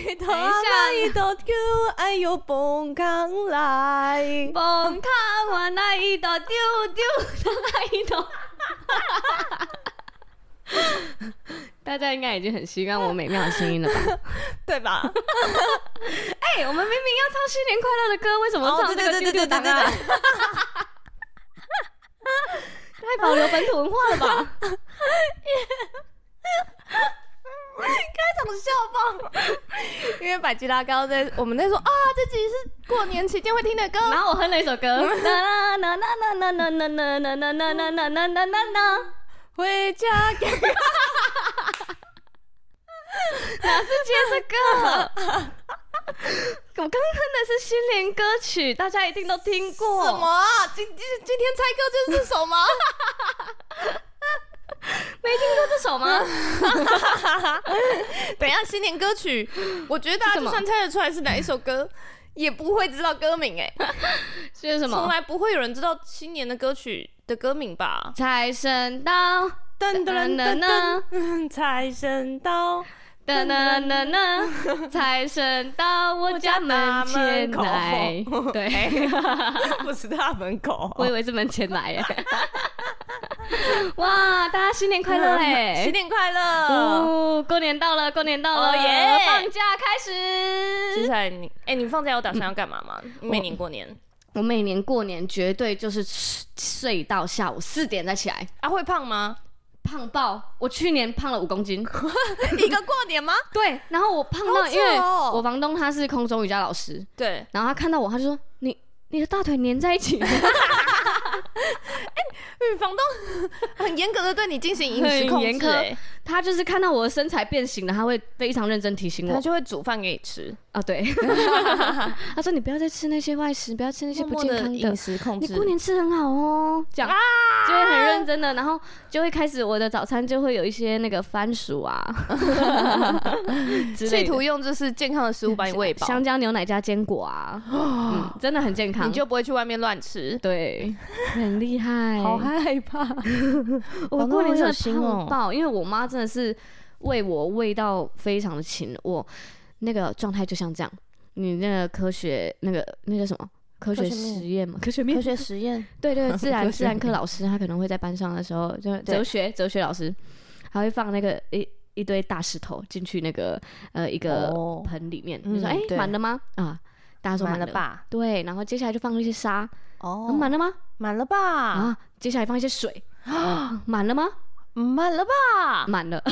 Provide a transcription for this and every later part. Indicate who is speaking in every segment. Speaker 1: 等一下，朵 Q，哎呦，蹦康来，
Speaker 2: 蹦卡我那一朵丢丢那一朵，大家应该已经很习惯我美妙的声音了吧？
Speaker 1: 对吧？
Speaker 2: 哎、我们明明要唱新年快乐的歌，为什么
Speaker 1: 哦，
Speaker 2: 唱
Speaker 1: 对
Speaker 2: 这个
Speaker 1: 对
Speaker 2: 丢
Speaker 1: 对
Speaker 2: 丢
Speaker 1: 对对
Speaker 2: 档
Speaker 1: 对
Speaker 2: 啊？
Speaker 1: 对，
Speaker 2: 太保留本土文化了吧？
Speaker 1: 开场笑爆，因为百吉拉高在我们在说啊，这集是过年期间会听的歌，
Speaker 2: 然后我哼了一首歌，啦啦啦啦啦啦啦啦啦啦啦啦啦啦啦啦啦，
Speaker 1: 回家给
Speaker 2: 哪是接这个？我刚哼的是新年歌曲，大家一定都听过。
Speaker 1: 什么啊？今今今天猜歌就是这啊首吗？
Speaker 2: 没听过这首吗？
Speaker 1: 等一下，新年歌曲，我觉得大家就算猜得出来是哪一首歌，也不会知道歌名哎、
Speaker 2: 是什
Speaker 1: 从
Speaker 2: 么？
Speaker 1: 来不会有人知道新年的歌曲的歌名吧？
Speaker 2: 财神到，噔
Speaker 1: 噔
Speaker 2: 噔 噔噔
Speaker 1: 噔，财神到，
Speaker 2: 噔噔噔噔，财神到我家门前来。对，
Speaker 1: 不是大门口
Speaker 2: 我以为是门前来 耶。哇，大家新年 Oh, 快乐哎！
Speaker 1: 嗯新年快乐！
Speaker 2: 哦，过年到了，过年到了
Speaker 1: 哦耶
Speaker 2: 放假开
Speaker 1: 接
Speaker 2: 始。
Speaker 1: 下来你，哎、你放假有打算要干嘛吗？你每年过年
Speaker 2: 嗯我每年过年绝对就是吃睡到下午四点再起来，
Speaker 1: 啊，会胖吗？
Speaker 2: 胖爆！我去年胖了五公 斤。
Speaker 1: 一个过年吗？
Speaker 2: 对，然后我胖到，
Speaker 1: 好扯
Speaker 2: 因为
Speaker 1: 哦
Speaker 2: 我房东他是空中瑜伽老师，
Speaker 1: 对，
Speaker 2: 然后他看到我，他就说：“你你的大腿粘在一起。
Speaker 1: 嗯，房东 很严格的对你进行饮食
Speaker 2: 很
Speaker 1: 控
Speaker 2: 严
Speaker 1: 制、
Speaker 2: 苛
Speaker 1: 欸，”
Speaker 2: 他就是看到我的身材变形了，他会非常认真提醒
Speaker 1: 他
Speaker 2: 我。
Speaker 1: 就会煮饭给你吃，
Speaker 2: 啊， 对，他说：“你不要再吃那些外食，不要吃那些不
Speaker 1: 默
Speaker 2: 健
Speaker 1: 默地
Speaker 2: 康
Speaker 1: 饮
Speaker 2: 的。
Speaker 1: 食控
Speaker 2: 你
Speaker 1: 制
Speaker 2: 过。年吃很好哦，这样
Speaker 1: 啊
Speaker 2: 就会很认真的，然后就会开始我的早餐就会有一些那个番 薯啊之类
Speaker 1: 企图
Speaker 2: 的，
Speaker 1: 用就是健康的食物把你喂饱，哦
Speaker 2: 香蕉牛奶加坚果啊，嗯，真的很健康。
Speaker 1: 你就不会去外面乱吃。 哎
Speaker 2: 对，很厉害。
Speaker 1: 害怕！
Speaker 2: 我
Speaker 1: 哦
Speaker 2: 过
Speaker 1: 那好
Speaker 2: 年真
Speaker 1: 有
Speaker 2: 的
Speaker 1: 心哦
Speaker 2: 胖爆，因为我妈真的是喂我喂到非常的勤，我那个状态就像这样。你那个科学那个那叫什么？科
Speaker 1: 科
Speaker 2: 学
Speaker 1: 学面
Speaker 2: 实验嘛，科学
Speaker 1: 科
Speaker 2: 面，
Speaker 1: 学实验，
Speaker 2: 对对，自然
Speaker 1: 科学
Speaker 2: 自然课老师他可能会在班上的时候，就
Speaker 1: 对
Speaker 2: 哲学哲学老师，还会放那个一一堆大石头进去那个呃一个
Speaker 1: 哦
Speaker 2: 盆里面，你说
Speaker 1: 嗯
Speaker 2: 哎
Speaker 1: 对
Speaker 2: 满了吗？啊，大家说
Speaker 1: 满
Speaker 2: 满
Speaker 1: 了？吧？
Speaker 2: 对，然后接下来就放一些沙，嗯
Speaker 1: 哦
Speaker 2: 满了吗？
Speaker 1: 满了吧？
Speaker 2: 啊，接下来放一 些水，啊满了吗？
Speaker 1: 满了 吧？
Speaker 2: 满了，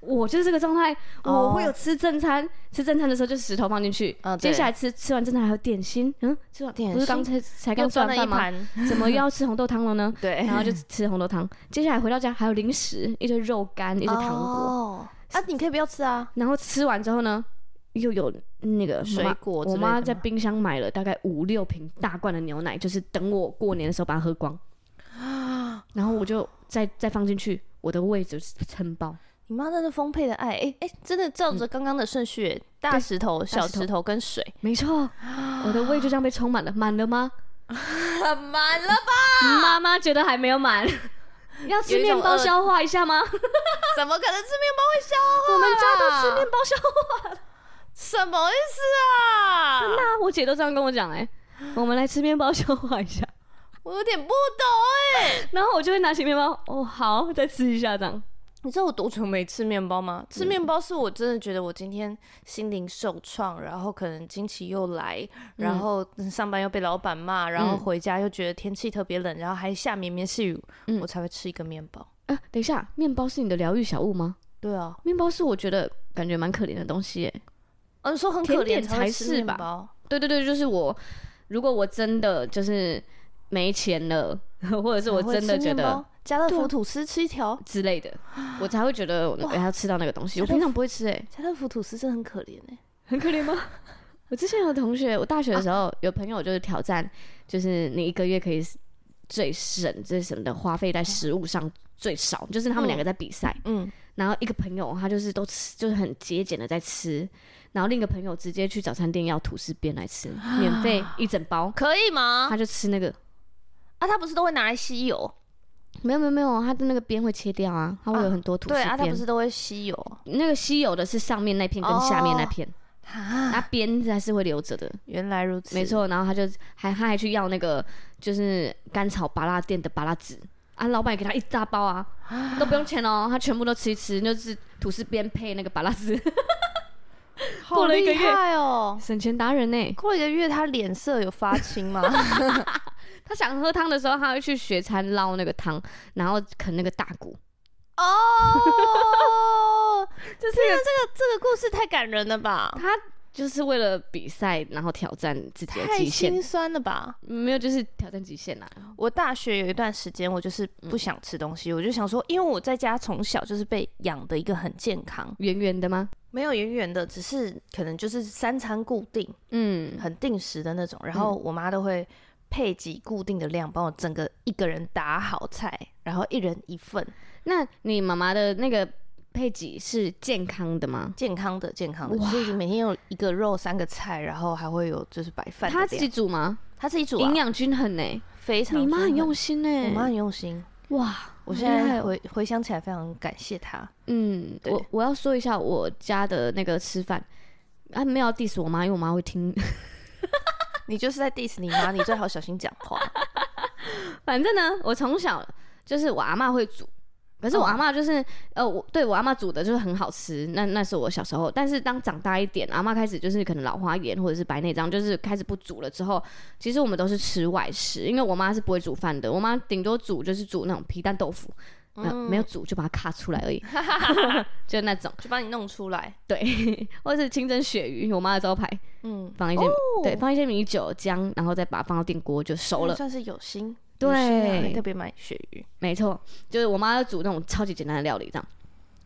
Speaker 2: 我就是这个状态，
Speaker 1: 哦
Speaker 2: 我会有吃正餐，吃正餐的时候就是石头放进去
Speaker 1: 嗯，对
Speaker 2: 接下来吃吃完正餐还有点心，嗯，吃完
Speaker 1: 点
Speaker 2: 不是刚
Speaker 1: 心
Speaker 2: 才才
Speaker 1: 又
Speaker 2: 刚吃
Speaker 1: 装
Speaker 2: 完
Speaker 1: 了一
Speaker 2: 饭吗？
Speaker 1: 盘，
Speaker 2: 怎么又要吃红豆汤 了呢？
Speaker 1: 对
Speaker 2: 然后就吃红豆汤，接下来回到家还有零食，一堆肉干，一堆糖果，
Speaker 1: 哦啊，你可以不要吃啊。
Speaker 2: 然后吃完之后呢，又有那个
Speaker 1: 水
Speaker 2: 妈妈
Speaker 1: 果之
Speaker 2: 我
Speaker 1: 类的
Speaker 2: 妈在
Speaker 1: 吗
Speaker 2: 冰箱买了大概五六瓶大罐的牛奶，就是等我过年的时候把它喝 光，然后我就再再放进去，我的胃就是撑爆。
Speaker 1: 你妈真是丰沛的爱，哎、哎、真的照着刚刚的顺序、大石头、小
Speaker 2: 石头
Speaker 1: 石头跟水，
Speaker 2: 没错，我的胃就这样被充满了，满了吗？
Speaker 1: 满了吧？
Speaker 2: 妈妈觉得还没有 满，要吃
Speaker 1: 有一种
Speaker 2: 面包
Speaker 1: 饿
Speaker 2: 消化一下吗？
Speaker 1: 怎么可能吃面包会消化？啊
Speaker 2: 我们家都吃面包消化了，
Speaker 1: 什么意思啊？
Speaker 2: 那 我姐都这样跟我讲哎、我们来吃面包消化一下，
Speaker 1: 我有点不懂哎、
Speaker 2: 然后我就会拿起面包，哦好，再吃一下这样。
Speaker 1: 你知道我多久没吃面包吗？吃面包是我真的觉得我今天心灵受创，然后可能经期又来，然后嗯上班又被老板骂，然后回家又觉得天气特别冷，然后还下绵绵细雨，
Speaker 2: 嗯
Speaker 1: 我才会吃一个面包。
Speaker 2: 啊，等一下，面包是你的疗愈小物吗？
Speaker 1: 对啊，
Speaker 2: 面包是我觉得感觉蛮可怜的东西耶、哎
Speaker 1: 嗯、你说很可
Speaker 2: 甜点
Speaker 1: 怜才会
Speaker 2: 才
Speaker 1: 吃
Speaker 2: 是
Speaker 1: 面
Speaker 2: 吧
Speaker 1: 包。
Speaker 2: 对对对，就是我，如果我真的就是没钱了， 或者是我
Speaker 1: 才会
Speaker 2: 真的
Speaker 1: 吃
Speaker 2: 觉
Speaker 1: 面
Speaker 2: 得
Speaker 1: 包家乐
Speaker 2: 对啊
Speaker 1: 福吐司吃一条，
Speaker 2: 之类的，我才会觉得我哎要吃到那个东西。我
Speaker 1: 真的
Speaker 2: 平常不会吃、欸，哎，
Speaker 1: 家乐福吐司真的很可怜哎、
Speaker 2: 很可怜吗？ 我之前有同学，我大学的时候、有朋友就是挑战，就是你一个月可以最省这什么的花费在食物上最少，就是他们两个在比赛，
Speaker 1: 嗯，
Speaker 2: 然后一个朋友他就是都吃，就是很节俭的在吃，然后另一个朋友直接去早餐店要吐司边来吃，免费一整包，
Speaker 1: 可以吗？
Speaker 2: 他就吃那个。
Speaker 1: 啊，他不是都会拿来吸油？
Speaker 2: 没有没有没有，它的那个边会切掉啊，它会有很多吐司
Speaker 1: 对啊，它
Speaker 2: 边。
Speaker 1: 不是都会吸油
Speaker 2: 那个稀有的是上面那片跟下面那片，
Speaker 1: 啊？
Speaker 2: 它边还是会留着的，
Speaker 1: 原来如此，
Speaker 2: 没。错。然后他就还他还去要那个就是甘草拔辣店的拔辣籽啊，老板也给他一大包啊，都不用钱哦，他全部都吃一吃，就是吐司边配那个拔辣籽，
Speaker 1: 好
Speaker 2: 过了一个
Speaker 1: 厉
Speaker 2: 月
Speaker 1: 害哦！
Speaker 2: 省钱达人呢。
Speaker 1: 过了一个月，他脸色有发青吗？
Speaker 2: 他想喝汤的时候，他会去学餐捞那个汤，然后啃那个大骨。
Speaker 1: 哦，这是这个这个故事太感人了吧？
Speaker 2: 他就是为了比赛，然后挑战自己的
Speaker 1: 太
Speaker 2: 极限
Speaker 1: 心，酸了吧！
Speaker 2: 没有就是挑战极限啦。啊
Speaker 1: 我大学有一段时间，我就是
Speaker 2: 嗯
Speaker 1: 不想吃东西，我就想说，因为我在家从小就是被养的一个很健康，
Speaker 2: 圆圆的吗？
Speaker 1: 没有远远的，只是可能就是三餐固定，
Speaker 2: 嗯，
Speaker 1: 很定时的那种。然后我妈都会配几固定的量，帮我整个一个人打好菜，然后一人一份，
Speaker 2: 那你妈妈的那个配给是健康的吗？
Speaker 1: 健康的健康的，
Speaker 2: 哇
Speaker 1: 就是每天有一个肉三个菜，然后还会有就是白饭的量。
Speaker 2: 她自己煮吗？
Speaker 1: 她自己煮、啊
Speaker 2: 营，养均衡呢？
Speaker 1: 非常
Speaker 2: 你妈很
Speaker 1: 均衡
Speaker 2: 用心呢。欸
Speaker 1: 我妈很用心。
Speaker 2: 哇，
Speaker 1: 我
Speaker 2: 好
Speaker 1: 现
Speaker 2: 厉害
Speaker 1: 在
Speaker 2: 哦
Speaker 1: 回回想起来，非常感谢她。
Speaker 2: 嗯，
Speaker 1: 对
Speaker 2: 我我要说一下我家的那个吃饭啊，没有要 diss 我妈，因为我妈会听。
Speaker 1: 你就是在 diss 你妈，你最好小心讲话。
Speaker 2: 反正呢，我从小就是我阿嬷会煮，可是我
Speaker 1: 哦
Speaker 2: 阿嬷就是、呃，我对我阿嬷煮的就是很好吃。那那是我小时候，但是当长大一点，阿嬷开始就是可能老花眼或者是白内障，就是开始不煮了之后，其实我们都是吃外食，因为我妈是不会煮饭的，我妈顶多煮就是煮那种皮蛋豆腐。呃没有煮就把它卡出来而已， 就那种
Speaker 1: 就把你弄出来。
Speaker 2: 对，或者是清蒸鳕鱼，我妈的招牌，
Speaker 1: 嗯，
Speaker 2: 放一些、对，放一些米酒、姜，然后再把它放到电锅就熟了。
Speaker 1: 算是有心。
Speaker 2: 对
Speaker 1: 有心啊还特别买鳕鱼。
Speaker 2: 没错，就是我妈煮那种超级简单的料理这样。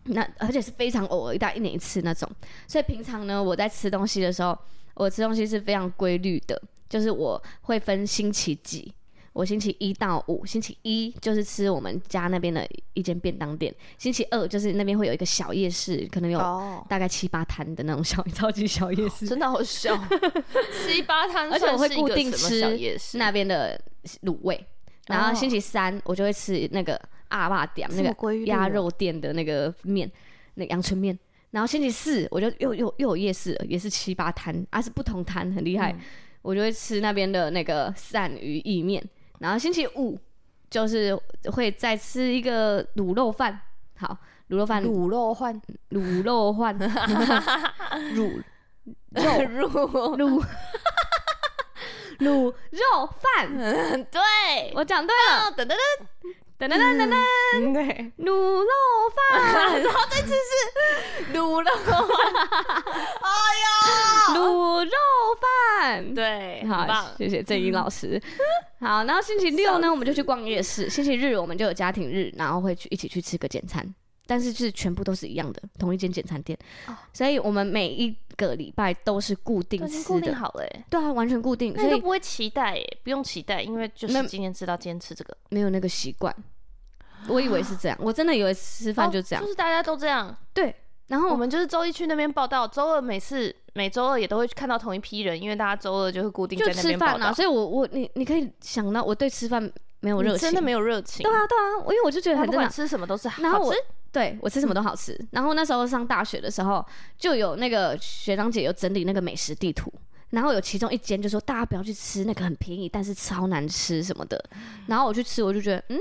Speaker 2: 那而且是非常偶尔，一大一年一次那种。所以平常呢，我在吃东西的时候，我吃东西是非常规律的，就是我会分星期几。我星期一到五，星期一就是吃我们家那边的一间便当店，星期二就是那边会有一个小夜市，可能有
Speaker 1: 哦，
Speaker 2: 大概七八摊的那种小超级小夜市，
Speaker 1: 真的好笑。嗯 七八摊，
Speaker 2: 而且我会固定吃
Speaker 1: 夜市，
Speaker 2: 那边的卤味。然后星期三我就会吃那个阿爸点那
Speaker 1: 这
Speaker 2: 个
Speaker 1: 么规律哦
Speaker 2: 鸭肉店的那个面，那个阳春面。然后星期四我就又又又有夜市了，也是七八摊，啊是不同摊，很厉害。我就会吃那边的那个鳝鱼意面。然后星期五就是会再吃一个卤肉饭，好，卤肉饭，
Speaker 1: 卤肉 换
Speaker 2: 卤肉饭，卤
Speaker 1: 肉
Speaker 2: 卤卤肉饭，
Speaker 1: 对，
Speaker 2: 我讲对了，
Speaker 1: 啊，等等
Speaker 2: 噔噔噔噔噔，
Speaker 1: 等， 对，
Speaker 2: 卤肉饭，
Speaker 1: 卤肉，
Speaker 2: 卤肉 饭。
Speaker 1: 对，很
Speaker 2: 好
Speaker 1: 棒，。
Speaker 2: 谢谢正英 老师。好，然后星期六呢，我们就去逛夜市；星期日我们就有家庭日，然后会去一起去吃个简餐，但是是全部都是一样的，同一间简餐店。所以我们每一个礼拜都是固定
Speaker 1: 哦都已经
Speaker 2: 吃
Speaker 1: 固定
Speaker 2: 的，
Speaker 1: 好了欸，
Speaker 2: 对啊，完全固定，
Speaker 1: 那
Speaker 2: 所
Speaker 1: 你都
Speaker 2: 以
Speaker 1: 不会期待欸，不用期待，因为就
Speaker 2: 没
Speaker 1: 是
Speaker 2: 有
Speaker 1: 今天知道今天吃这个，
Speaker 2: 没有那个习惯。我以为是这样，我真的以为吃饭就这
Speaker 1: 哦
Speaker 2: 样
Speaker 1: 就。是大家都这样。
Speaker 2: 对，然后
Speaker 1: 我们就是周一去那边报道，周二每次每周二也都会看到同一批人，因为大家周二就会固定在
Speaker 2: 就
Speaker 1: 那
Speaker 2: 吃
Speaker 1: 边报
Speaker 2: 饭
Speaker 1: 道
Speaker 2: 啊，。所以我我你你可以想到我对吃饭没有热
Speaker 1: 你
Speaker 2: 情，
Speaker 1: 真的没有热情，
Speaker 2: 对啊对啊，我因为我就觉得
Speaker 1: 他
Speaker 2: 很
Speaker 1: 不
Speaker 2: 正
Speaker 1: 管
Speaker 2: 常。
Speaker 1: 吃什么都是
Speaker 2: 然后
Speaker 1: 好
Speaker 2: 我
Speaker 1: 吃。嗯
Speaker 2: 对我吃什么都好吃。然后那时候上大学的时候，就有那个学长姐有整理那个美食地图，然后有其中一间就说大家不要去吃那个很便宜，但是超难吃什么的。然后我去吃，我就觉得嗯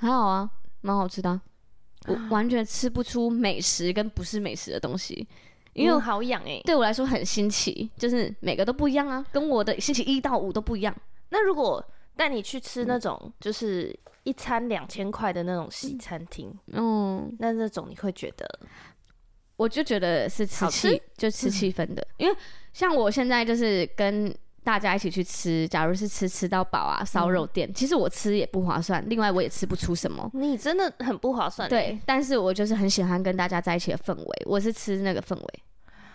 Speaker 2: 还好啊，蛮好吃的啊、我完全吃不出美食跟不是美食的东西，因为
Speaker 1: 嗯好痒哎、
Speaker 2: 对我来说很新奇，就是每个都不一样啊，跟我的星期一到五都不一样。
Speaker 1: 那如果带你去吃那种就是一餐两千块的那种西餐厅，
Speaker 2: 嗯，
Speaker 1: 那那种你会觉得
Speaker 2: 我就觉得是吃嗯
Speaker 1: 好吃
Speaker 2: 气，就吃气氛的，因为像我现在就是跟大家一起去吃，假如是吃吃到饱啊，烧肉店，其实我吃也不划算，另外我也吃不出什么。
Speaker 1: 你真的很不划算、欸。
Speaker 2: 对，但是我就是很喜欢跟大家在一起的氛围，我是吃那个氛围，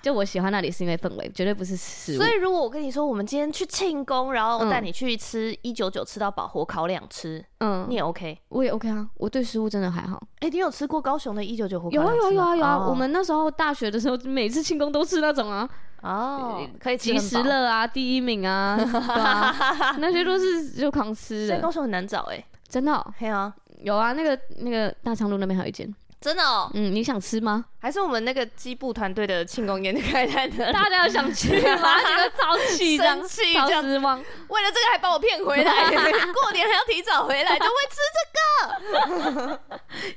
Speaker 2: 就我喜欢那里是因为氛围，绝对不是食物
Speaker 1: 所。以如果我跟你说我们今天去庆功，然后我带
Speaker 2: 嗯
Speaker 1: 你去吃一九九吃到饱火烤两吃，
Speaker 2: 嗯
Speaker 1: 你，也 OK？
Speaker 2: 我也 OK 啊，我对食物真的还好。
Speaker 1: 哎、你有吃过高雄的一九九火烤
Speaker 2: 有啊
Speaker 1: 两
Speaker 2: 有啊
Speaker 1: 吃
Speaker 2: 有
Speaker 1: 吗
Speaker 2: 啊有啊，
Speaker 1: 哦
Speaker 2: 我们那时候大学的时候，每次庆功都吃那种啊，
Speaker 1: 哦可以吃
Speaker 2: 即
Speaker 1: 很
Speaker 2: 食
Speaker 1: 饱。
Speaker 2: 乐啊，第一名啊，对啊 那些都是就狂吃
Speaker 1: 所
Speaker 2: 的
Speaker 1: 以。高雄很难找哎、
Speaker 2: 真的哦、
Speaker 1: 嘿啊，
Speaker 2: 有啊，那个那个大昌路那边还有一间，
Speaker 1: 真的哦，
Speaker 2: 嗯，你想吃吗？
Speaker 1: 还是我们那个机部团队的庆功宴就开在那里，
Speaker 2: 大家有想去吗？觉得超气，这样
Speaker 1: 生气
Speaker 2: 超
Speaker 1: 这样
Speaker 2: 失望。
Speaker 1: 为了这个还把我骗回来， 过年还要提早回来，就会吃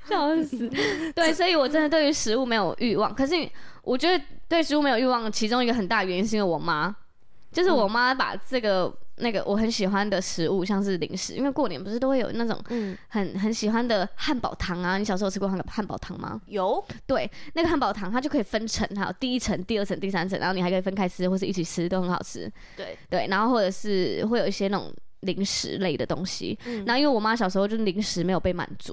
Speaker 2: 笑死！ 对，所以我真的对于食物没有欲望。可是我觉得对食物没有欲望，其中一个很大原因是因为我妈，就是我妈把这个、那个我很喜欢的食物，像是零食，因为过年不是都会有那种
Speaker 1: 嗯
Speaker 2: 很很喜欢的汉堡糖啊。你小时候有吃过汉堡汉堡糖吗？
Speaker 1: 有
Speaker 2: 对，那个汉堡糖它就可以分层，还有第一层、第二层、第三层，然后你还可以分开吃，或是一起吃，都很好吃。
Speaker 1: 对，
Speaker 2: 对，然后或者是会有一些那种零食类的东西。
Speaker 1: 嗯
Speaker 2: 然后因为我妈小时候就是零食没有被满足，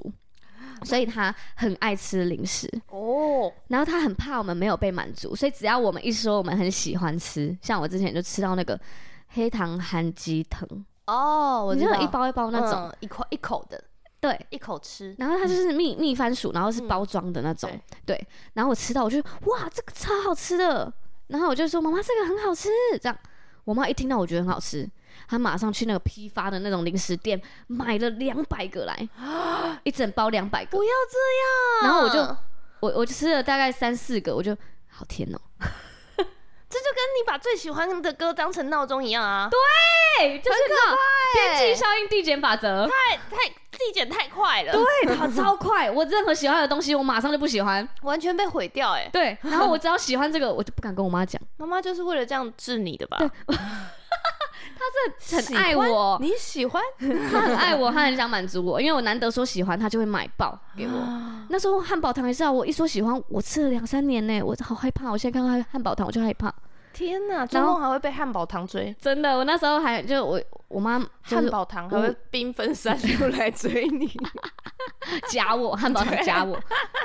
Speaker 2: 所以她很爱吃零食。
Speaker 1: 哦，
Speaker 2: 然后她很怕我们没有被满足，所以只要我们一说我们很喜欢吃，像我之前就吃到那个黑糖韩鸡藤，
Speaker 1: 哦，我
Speaker 2: 你
Speaker 1: 知
Speaker 2: 知
Speaker 1: 道
Speaker 2: 道一包一包那种，
Speaker 1: 嗯一口一口的，
Speaker 2: 对。
Speaker 1: 一口吃，
Speaker 2: 然后它就是蜜蜜番薯，然后是
Speaker 1: 嗯
Speaker 2: 包装的那种，对。然后我吃到，我就哇，这个超好吃的。然后我就说妈妈，这个很好吃。这样，我妈一听到我觉得很好吃，她马上去那个批发的那种零食店买了两百个 来，一整包两百个。
Speaker 1: 不要这样，
Speaker 2: 然后我就我我就吃了大概三四个，我就好甜哦、
Speaker 1: 这就跟你把最喜欢的歌当成闹钟一样啊！对，
Speaker 2: 对，哎就是那种边际效应递减法则，
Speaker 1: 太递减太快了，
Speaker 2: 对，它超快。我任何喜欢的东西，我马上就不喜欢。
Speaker 1: 完全被毁掉哎、
Speaker 2: 对，然后我只要喜欢这个，我就不敢跟我妈讲。
Speaker 1: 妈妈就是为了这样治你的吧？
Speaker 2: 她是很爱我，
Speaker 1: 你喜 欢？
Speaker 2: 他很爱我，他很想满足我，因为我难得说喜欢，他就会买爆给
Speaker 1: 啊
Speaker 2: 我。那时候汉堡糖也是啊，我一说喜欢，我吃了两三年呢，我好害怕。我现在看到汉堡糖我就害怕，
Speaker 1: 天哪，做梦还会被汉堡糖追，
Speaker 2: 真的。我那时候还就我我妈就
Speaker 1: 汉
Speaker 2: 是
Speaker 1: 堡糖还会缤纷闪出来追你，
Speaker 2: 夹我，汉堡糖夹我，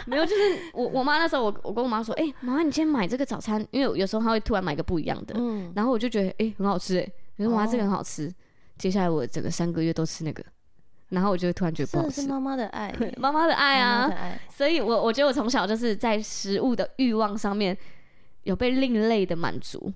Speaker 2: 没有，就是我我妈那时候我我跟我妈说，哎、妈，你今天买这个早餐，因为有有时候她会突然买个不一样的，
Speaker 1: 嗯，
Speaker 2: 然后我就觉得哎、很好吃哎，我说妈这个很好吃，接下来我整个三个月都吃那个，然后我就会突然觉得不
Speaker 1: 真
Speaker 2: 好
Speaker 1: 的是
Speaker 2: 吃。
Speaker 1: 妈妈的爱，
Speaker 2: 妈妈的爱
Speaker 1: 妈
Speaker 2: 啊，
Speaker 1: 妈的爱，
Speaker 2: 所以我我觉得我从小就是在食物的欲望上面有被另类的满 足，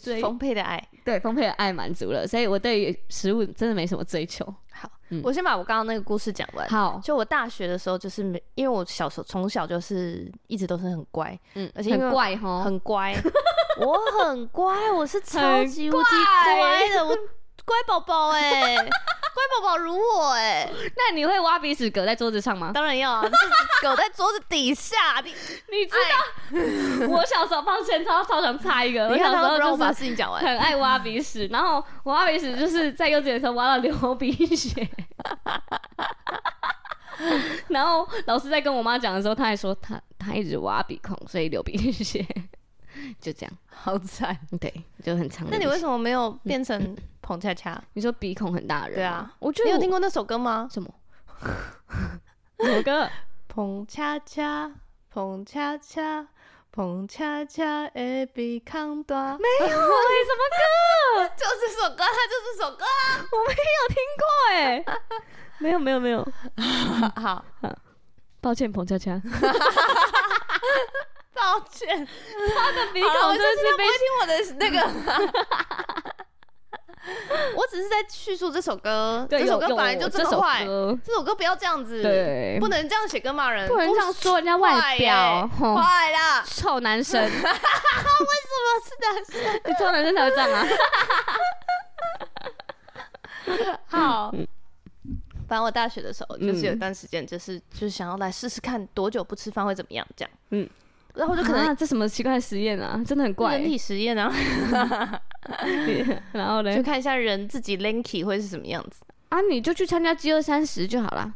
Speaker 2: 所以
Speaker 1: 丰沛的爱。
Speaker 2: 对丰沛的爱满足了，所以我对于食物真的没什么追求。
Speaker 1: 好，
Speaker 2: 嗯
Speaker 1: 我先把我刚刚那个故事讲完。
Speaker 2: 好，
Speaker 1: 就我大学的时候，就是没，因为我小时候从小就是一直都是很乖，
Speaker 2: 嗯，
Speaker 1: 而且因为
Speaker 2: 很怪哈，
Speaker 1: 很乖，哦 我很乖，我是超级无敌乖的，我乖宝宝哎， 乖宝宝如我哎、
Speaker 2: 那你会挖鼻屎搁在桌子上 吗？
Speaker 1: 当然要啊，是狗在桌子底下，你
Speaker 2: 你知道， 我小时候抱歉，超超想插一个，我
Speaker 1: 哎你
Speaker 2: 小
Speaker 1: 看
Speaker 2: 时
Speaker 1: 他
Speaker 2: 候
Speaker 1: 不让
Speaker 2: 就
Speaker 1: 我把
Speaker 2: 是
Speaker 1: 事情讲完，
Speaker 2: 很爱挖鼻屎，然后我挖鼻屎就是在幼稚园的时候挖到流鼻血。然后老师在跟我妈讲的时候，她还说她她一直挖鼻孔，所以流鼻血，就这样。
Speaker 1: 好惨。
Speaker 2: 对，就很长。
Speaker 1: 那你为什么没有变
Speaker 2: 嗯
Speaker 1: 成彭恰恰？
Speaker 2: 你说鼻孔很大的人？
Speaker 1: 对啊，
Speaker 2: 我觉得
Speaker 1: 你有
Speaker 2: 我
Speaker 1: 听过那首歌吗？
Speaker 2: 什么？什么歌？
Speaker 1: 彭恰恰，彭恰恰，彭恰恰的鼻孔大，嗯没
Speaker 2: 没有，你什么歌？
Speaker 1: 就是这首歌，它就是这首歌。
Speaker 2: 我没有听过哎、没有没有没有，嗯
Speaker 1: 好，
Speaker 2: 抱歉，彭恰恰，
Speaker 1: 抱歉，
Speaker 2: 鼻
Speaker 1: 好了
Speaker 2: 孔
Speaker 1: 我下
Speaker 2: 真
Speaker 1: 次
Speaker 2: 的是被
Speaker 1: 他不会听我的那个。 我只是在叙述这首歌，
Speaker 2: 对
Speaker 1: 这首
Speaker 2: 有
Speaker 1: 歌
Speaker 2: 有
Speaker 1: 本来就
Speaker 2: 这
Speaker 1: 么
Speaker 2: 首
Speaker 1: 坏，
Speaker 2: 歌，
Speaker 1: 这首歌不要这样子，
Speaker 2: 对，
Speaker 1: 不能这样写歌骂人，
Speaker 2: 不能这样说人家外表，哦
Speaker 1: 坏耶，
Speaker 2: 吼，
Speaker 1: 坏啦，
Speaker 2: 臭男 生，
Speaker 1: 是的，是的，
Speaker 2: 你臭男生才会这 样啊！
Speaker 1: 好。
Speaker 2: 嗯
Speaker 1: 反正我大学的时候，就是有一段时间，就是、就是想要来试试看多久不吃饭会怎么样，这样。嗯
Speaker 2: 嗯，
Speaker 1: 然后就可
Speaker 2: 啊
Speaker 1: 能
Speaker 2: 这什么奇怪的实验啊，真的很怪欸
Speaker 1: 人。体实验啊，
Speaker 2: 然 后
Speaker 1: 就
Speaker 2: 嘞，
Speaker 1: 看一下人自己 lanky 会是什么样子。
Speaker 2: 啊，你就去参加饥饿三十就好啦。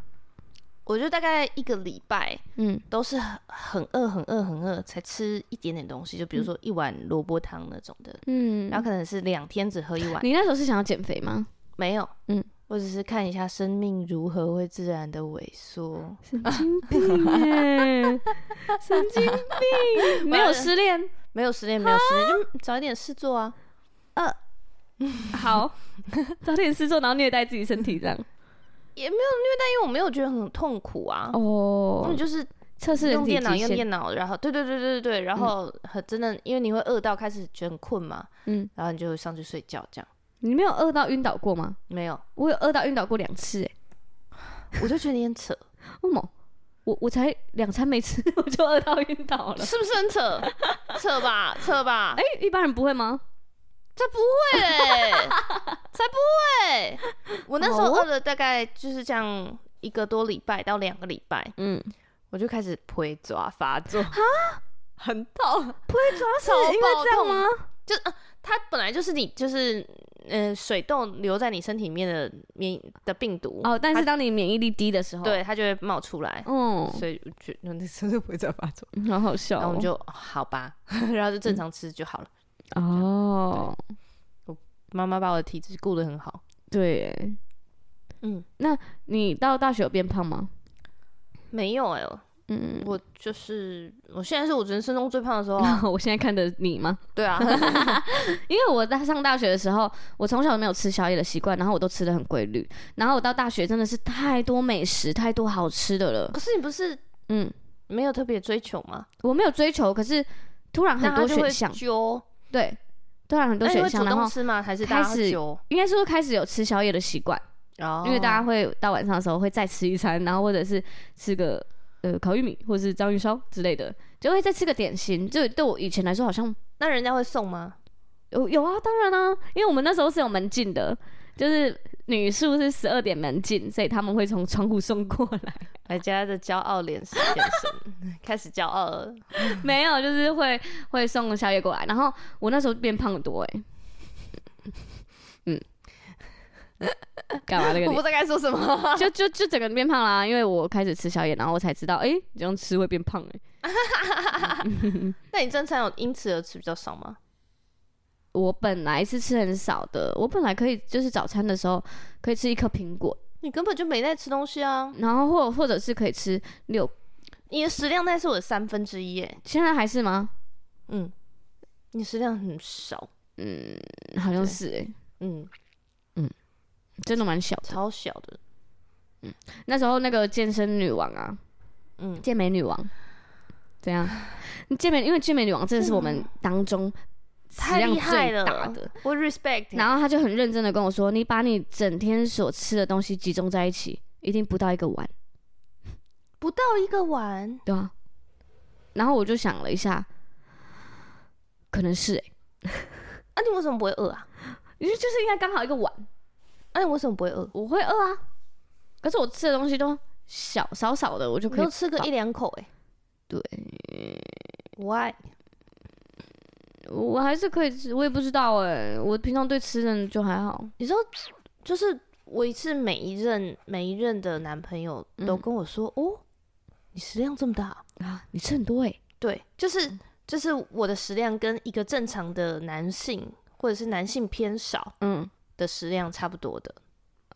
Speaker 1: 我就大概一个礼拜
Speaker 2: 嗯，
Speaker 1: 都是很很饿、很饿、很饿才吃一点点东西，就比如说一碗萝卜汤那种的，
Speaker 2: 嗯
Speaker 1: 然后可能是两天只喝一碗，
Speaker 2: 你那时候是想要减肥吗？
Speaker 1: 没有，
Speaker 2: 嗯，
Speaker 1: 我只是看一下生命如何会自然的萎缩。
Speaker 2: 神经病耶，神经病！ 没有失恋，
Speaker 1: 没有失恋，没有失恋，就找一点事做啊。
Speaker 2: 好， 早点吃做，然后虐待自己身体这样。
Speaker 1: 但因为我没有觉得很痛苦啊，那、
Speaker 2: 哦，
Speaker 1: 就是
Speaker 2: 测试人
Speaker 1: 用
Speaker 2: 体
Speaker 1: 电脑
Speaker 2: 极
Speaker 1: 用
Speaker 2: 限。
Speaker 1: 电脑，然后对对对对对，然后很真的，因为你会饿到开始觉得很困嘛，
Speaker 2: 嗯，
Speaker 1: 然后你就上去睡觉这样。
Speaker 2: 你没有饿到晕倒过吗？
Speaker 1: 没有，
Speaker 2: 我有饿到晕倒过两次、欸，
Speaker 1: 我就觉得你很 扯，
Speaker 2: 哎，为什么？我我才两餐没吃， 我就饿到晕倒了。
Speaker 1: 是不是很扯？扯吧，扯吧，
Speaker 2: 哎、一般人不会吗？
Speaker 1: 才不会嘞，才不会。我那时候
Speaker 2: 哦
Speaker 1: 饿了大概就是这样一个多礼拜到两个礼拜，
Speaker 2: 嗯，
Speaker 1: 我就开始腿抓发作啊，很痛。
Speaker 2: 不会抓
Speaker 1: 手
Speaker 2: 是因为这样吗？
Speaker 1: 就、啊、它本来就是你就是呃水痘留在你身体里面的免的病毒
Speaker 2: 哦，但是
Speaker 1: 它
Speaker 2: 当你免疫力低的时候，，
Speaker 1: 对它就会冒出来，
Speaker 2: 嗯，
Speaker 1: 所以我就那那时候就不会再发作。
Speaker 2: 好好笑、哦。
Speaker 1: 然后我们就哦好吧， 然后就正常吃就好了。
Speaker 2: 哦，
Speaker 1: 妈妈把我的体质顾得很好，
Speaker 2: 对耶，
Speaker 1: 嗯，
Speaker 2: 那你到大学有变胖吗？
Speaker 1: 没有哎、
Speaker 2: 嗯，
Speaker 1: 我就是我现在是我人生中最胖的时候 啊、
Speaker 2: 我现在看着你吗？
Speaker 1: 对啊，
Speaker 2: 因为我在上大学的时候，我从小没有吃宵夜的习惯，然后我都吃的很规律，然后我到大学真的是太多美食，太多好吃的了
Speaker 1: 可。是你 不是
Speaker 2: 嗯，
Speaker 1: 没有特别追求吗？
Speaker 2: 我没有追求，可是突然很
Speaker 1: 那他
Speaker 2: 多
Speaker 1: 就会
Speaker 2: 选项，
Speaker 1: 揪，哎
Speaker 2: 对，突然很多
Speaker 1: 那你
Speaker 2: 选
Speaker 1: 会
Speaker 2: 项，
Speaker 1: 主
Speaker 2: 然
Speaker 1: 动
Speaker 2: 后
Speaker 1: 吃吗？还是大家
Speaker 2: 开
Speaker 1: 会
Speaker 2: 始
Speaker 1: 揪？
Speaker 2: 应该说开始有吃宵夜的习惯，
Speaker 1: 哦
Speaker 2: 因为大家会到晚上的时候会再吃一餐，然后或者是吃个呃烤玉米或是章鱼烧之类的，就会再吃个点心。就对我以前来说好像
Speaker 1: 那人家会送吗？
Speaker 2: 有有啊，当然啊，因为我们那时候是有门禁的，就是女宿是十二点门禁，所以他们会从窗户送过来。
Speaker 1: 来家的骄傲脸是眼神开始骄傲 了，
Speaker 2: 没有，就是会会送宵夜过来。然后我那时候变胖很多 哎、嗯，干嘛那个
Speaker 1: 我不知
Speaker 2: 脸？
Speaker 1: 道该说什么。
Speaker 2: 就就就整个人变胖啦、因为我开始吃宵夜，然后我才知道，哎、你这样吃会变胖哎、
Speaker 1: 那你正餐有因此而吃比较少吗？
Speaker 2: 我本来是吃很少的，我本来可以就是早餐的时候可以吃一颗苹果，
Speaker 1: 你根本就没在吃东西啊！
Speaker 2: 然后或或者是可以吃六，
Speaker 1: 你的食量大概是我的三分之一耶。
Speaker 2: 现在还是吗？
Speaker 1: 嗯，你食量很少，
Speaker 2: 嗯，好像是哎、
Speaker 1: 嗯，
Speaker 2: 真的蛮小的。
Speaker 1: 超小的，
Speaker 2: 那时候那个健身女王啊，
Speaker 1: 嗯，
Speaker 2: 健美女王，怎样？健美，因为健美女王真的是我们当中食
Speaker 1: 太
Speaker 2: 量
Speaker 1: 厉害
Speaker 2: 最
Speaker 1: 了，
Speaker 2: 大的。
Speaker 1: 我 respect 你。
Speaker 2: 然后她就很认真的跟我说：“你把你整天所吃的东西集中在一起，一定不到一个碗，
Speaker 1: 不到一个碗，
Speaker 2: 对啊？”然后我就想了一下，可能是哎、
Speaker 1: 啊，你为什么不会饿啊？
Speaker 2: 因为就是应该刚好一个碗，
Speaker 1: 啊，你为什么不会饿？
Speaker 2: 我会饿啊，可是我吃的东西都小少少的，我就
Speaker 1: 你
Speaker 2: 可以
Speaker 1: 都吃个一两口哎、
Speaker 2: 对。
Speaker 1: Why？
Speaker 2: 我还是可以吃，我也不知道哎、我平常对吃的就还好。
Speaker 1: 你说就是我一次每一任每一任的男朋友都跟我说，哦，你食量这么大啊、
Speaker 2: 啊，你吃很多哎、
Speaker 1: 对，就是就是我的食量跟一个正常的男性或者是男性偏少
Speaker 2: 嗯，
Speaker 1: 的食量差不多的，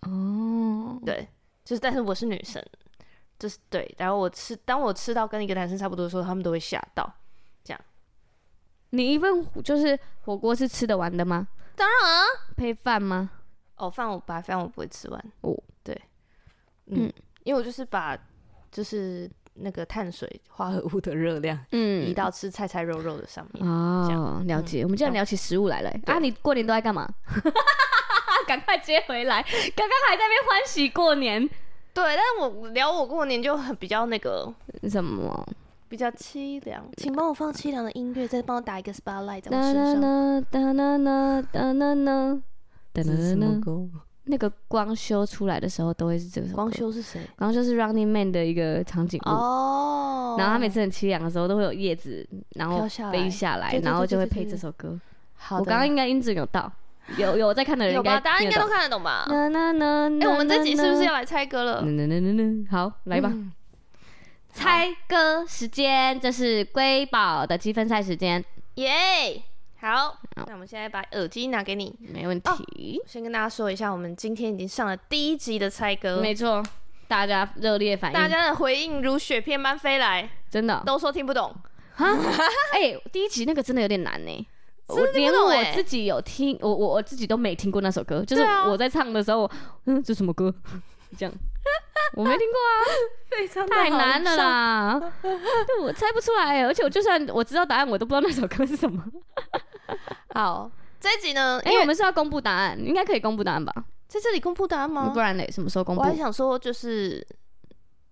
Speaker 2: 哦，
Speaker 1: 对，就是但是我是女生，就是对，然后我吃当我吃到跟一个男生差不多的时候，他们都会吓到。
Speaker 2: 你一份火就是火锅是吃得完的吗？
Speaker 1: 当然啊，
Speaker 2: 配饭吗？
Speaker 1: 哦，饭我白饭我不会吃完
Speaker 2: 哦
Speaker 1: 对，嗯，
Speaker 2: 嗯
Speaker 1: 因为我就是把就是那个碳水化合物的热量移
Speaker 2: 嗯，
Speaker 1: 到吃菜菜肉肉的上面。这
Speaker 2: 哦，了解。我们竟然聊起食物来了欸、
Speaker 1: 对
Speaker 2: 啊！你过年都在干嘛？ 赶快接回来！刚刚还在那边欢喜过年，
Speaker 1: 对，但是我聊我过年就很比较那个。
Speaker 2: 什么？
Speaker 1: 比较凄凉，请帮我放凄凉的音乐，再帮我打一个 spotlight 在我
Speaker 2: 哒
Speaker 1: 身
Speaker 2: 啦
Speaker 1: 上。
Speaker 2: 啦哒啦啦哒啦啦哒啦啦，
Speaker 1: 歌？
Speaker 2: 那个光修出来的时候都会是这首歌。
Speaker 1: 光修是谁？
Speaker 2: 然后就是 Running Man 的一个场景物。
Speaker 1: 哦，
Speaker 2: 然后他每次很凄凉的时候，都会有叶子，然后
Speaker 1: 飘下来
Speaker 2: 飞下来，
Speaker 1: 对对对
Speaker 2: 然后就会
Speaker 1: 对对
Speaker 2: 配
Speaker 1: 对
Speaker 2: 这首歌。
Speaker 1: 好
Speaker 2: 我
Speaker 1: 的，
Speaker 2: 刚刚应该音质有到，有有在看的人
Speaker 1: 有
Speaker 2: 应
Speaker 1: 吧？
Speaker 2: 该
Speaker 1: 大家应该都
Speaker 2: 听
Speaker 1: 看得懂吧
Speaker 2: 得？到。那那
Speaker 1: 哎，
Speaker 2: 那，
Speaker 1: 我们这集是不是要来猜歌了？
Speaker 2: 那？那那那那，好，嗯来吧，
Speaker 1: 嗯
Speaker 2: 猜歌时间，这是瑰宝的积分赛时间，
Speaker 1: 耶！好，那我们现在把耳机拿给你。
Speaker 2: 没问题，
Speaker 1: 先跟大家说一下，我们今天已经上了第一集的猜歌，
Speaker 2: 没错，哦大家热烈反
Speaker 1: 哦大
Speaker 2: 应，
Speaker 1: 家的回应如雪片般飞来，
Speaker 2: 真的，
Speaker 1: 都说听不懂。
Speaker 2: 哎，第一集那个真的有点难呢。我
Speaker 1: 真的听
Speaker 2: 连
Speaker 1: 不懂
Speaker 2: 我
Speaker 1: 哎
Speaker 2: 自己有听，我我我自己都没听过那首歌，就是
Speaker 1: 对啊
Speaker 2: 我在唱的时候，我嗯，这什么歌？ 这样，我没听过啊。
Speaker 1: 非常
Speaker 2: 太难了！啦！ 对欸我猜不出来，而且我就算我知道答案，我都不知道那首歌是什么。
Speaker 1: 好，这一集呢，
Speaker 2: 哎、
Speaker 1: 因
Speaker 2: 我
Speaker 1: 为
Speaker 2: 们是要公布答案，应该可以公布答案吧？
Speaker 1: 在这里公布答案吗
Speaker 2: 不？然嘞，什么时候公
Speaker 1: 我
Speaker 2: 布？
Speaker 1: 还想说，就是，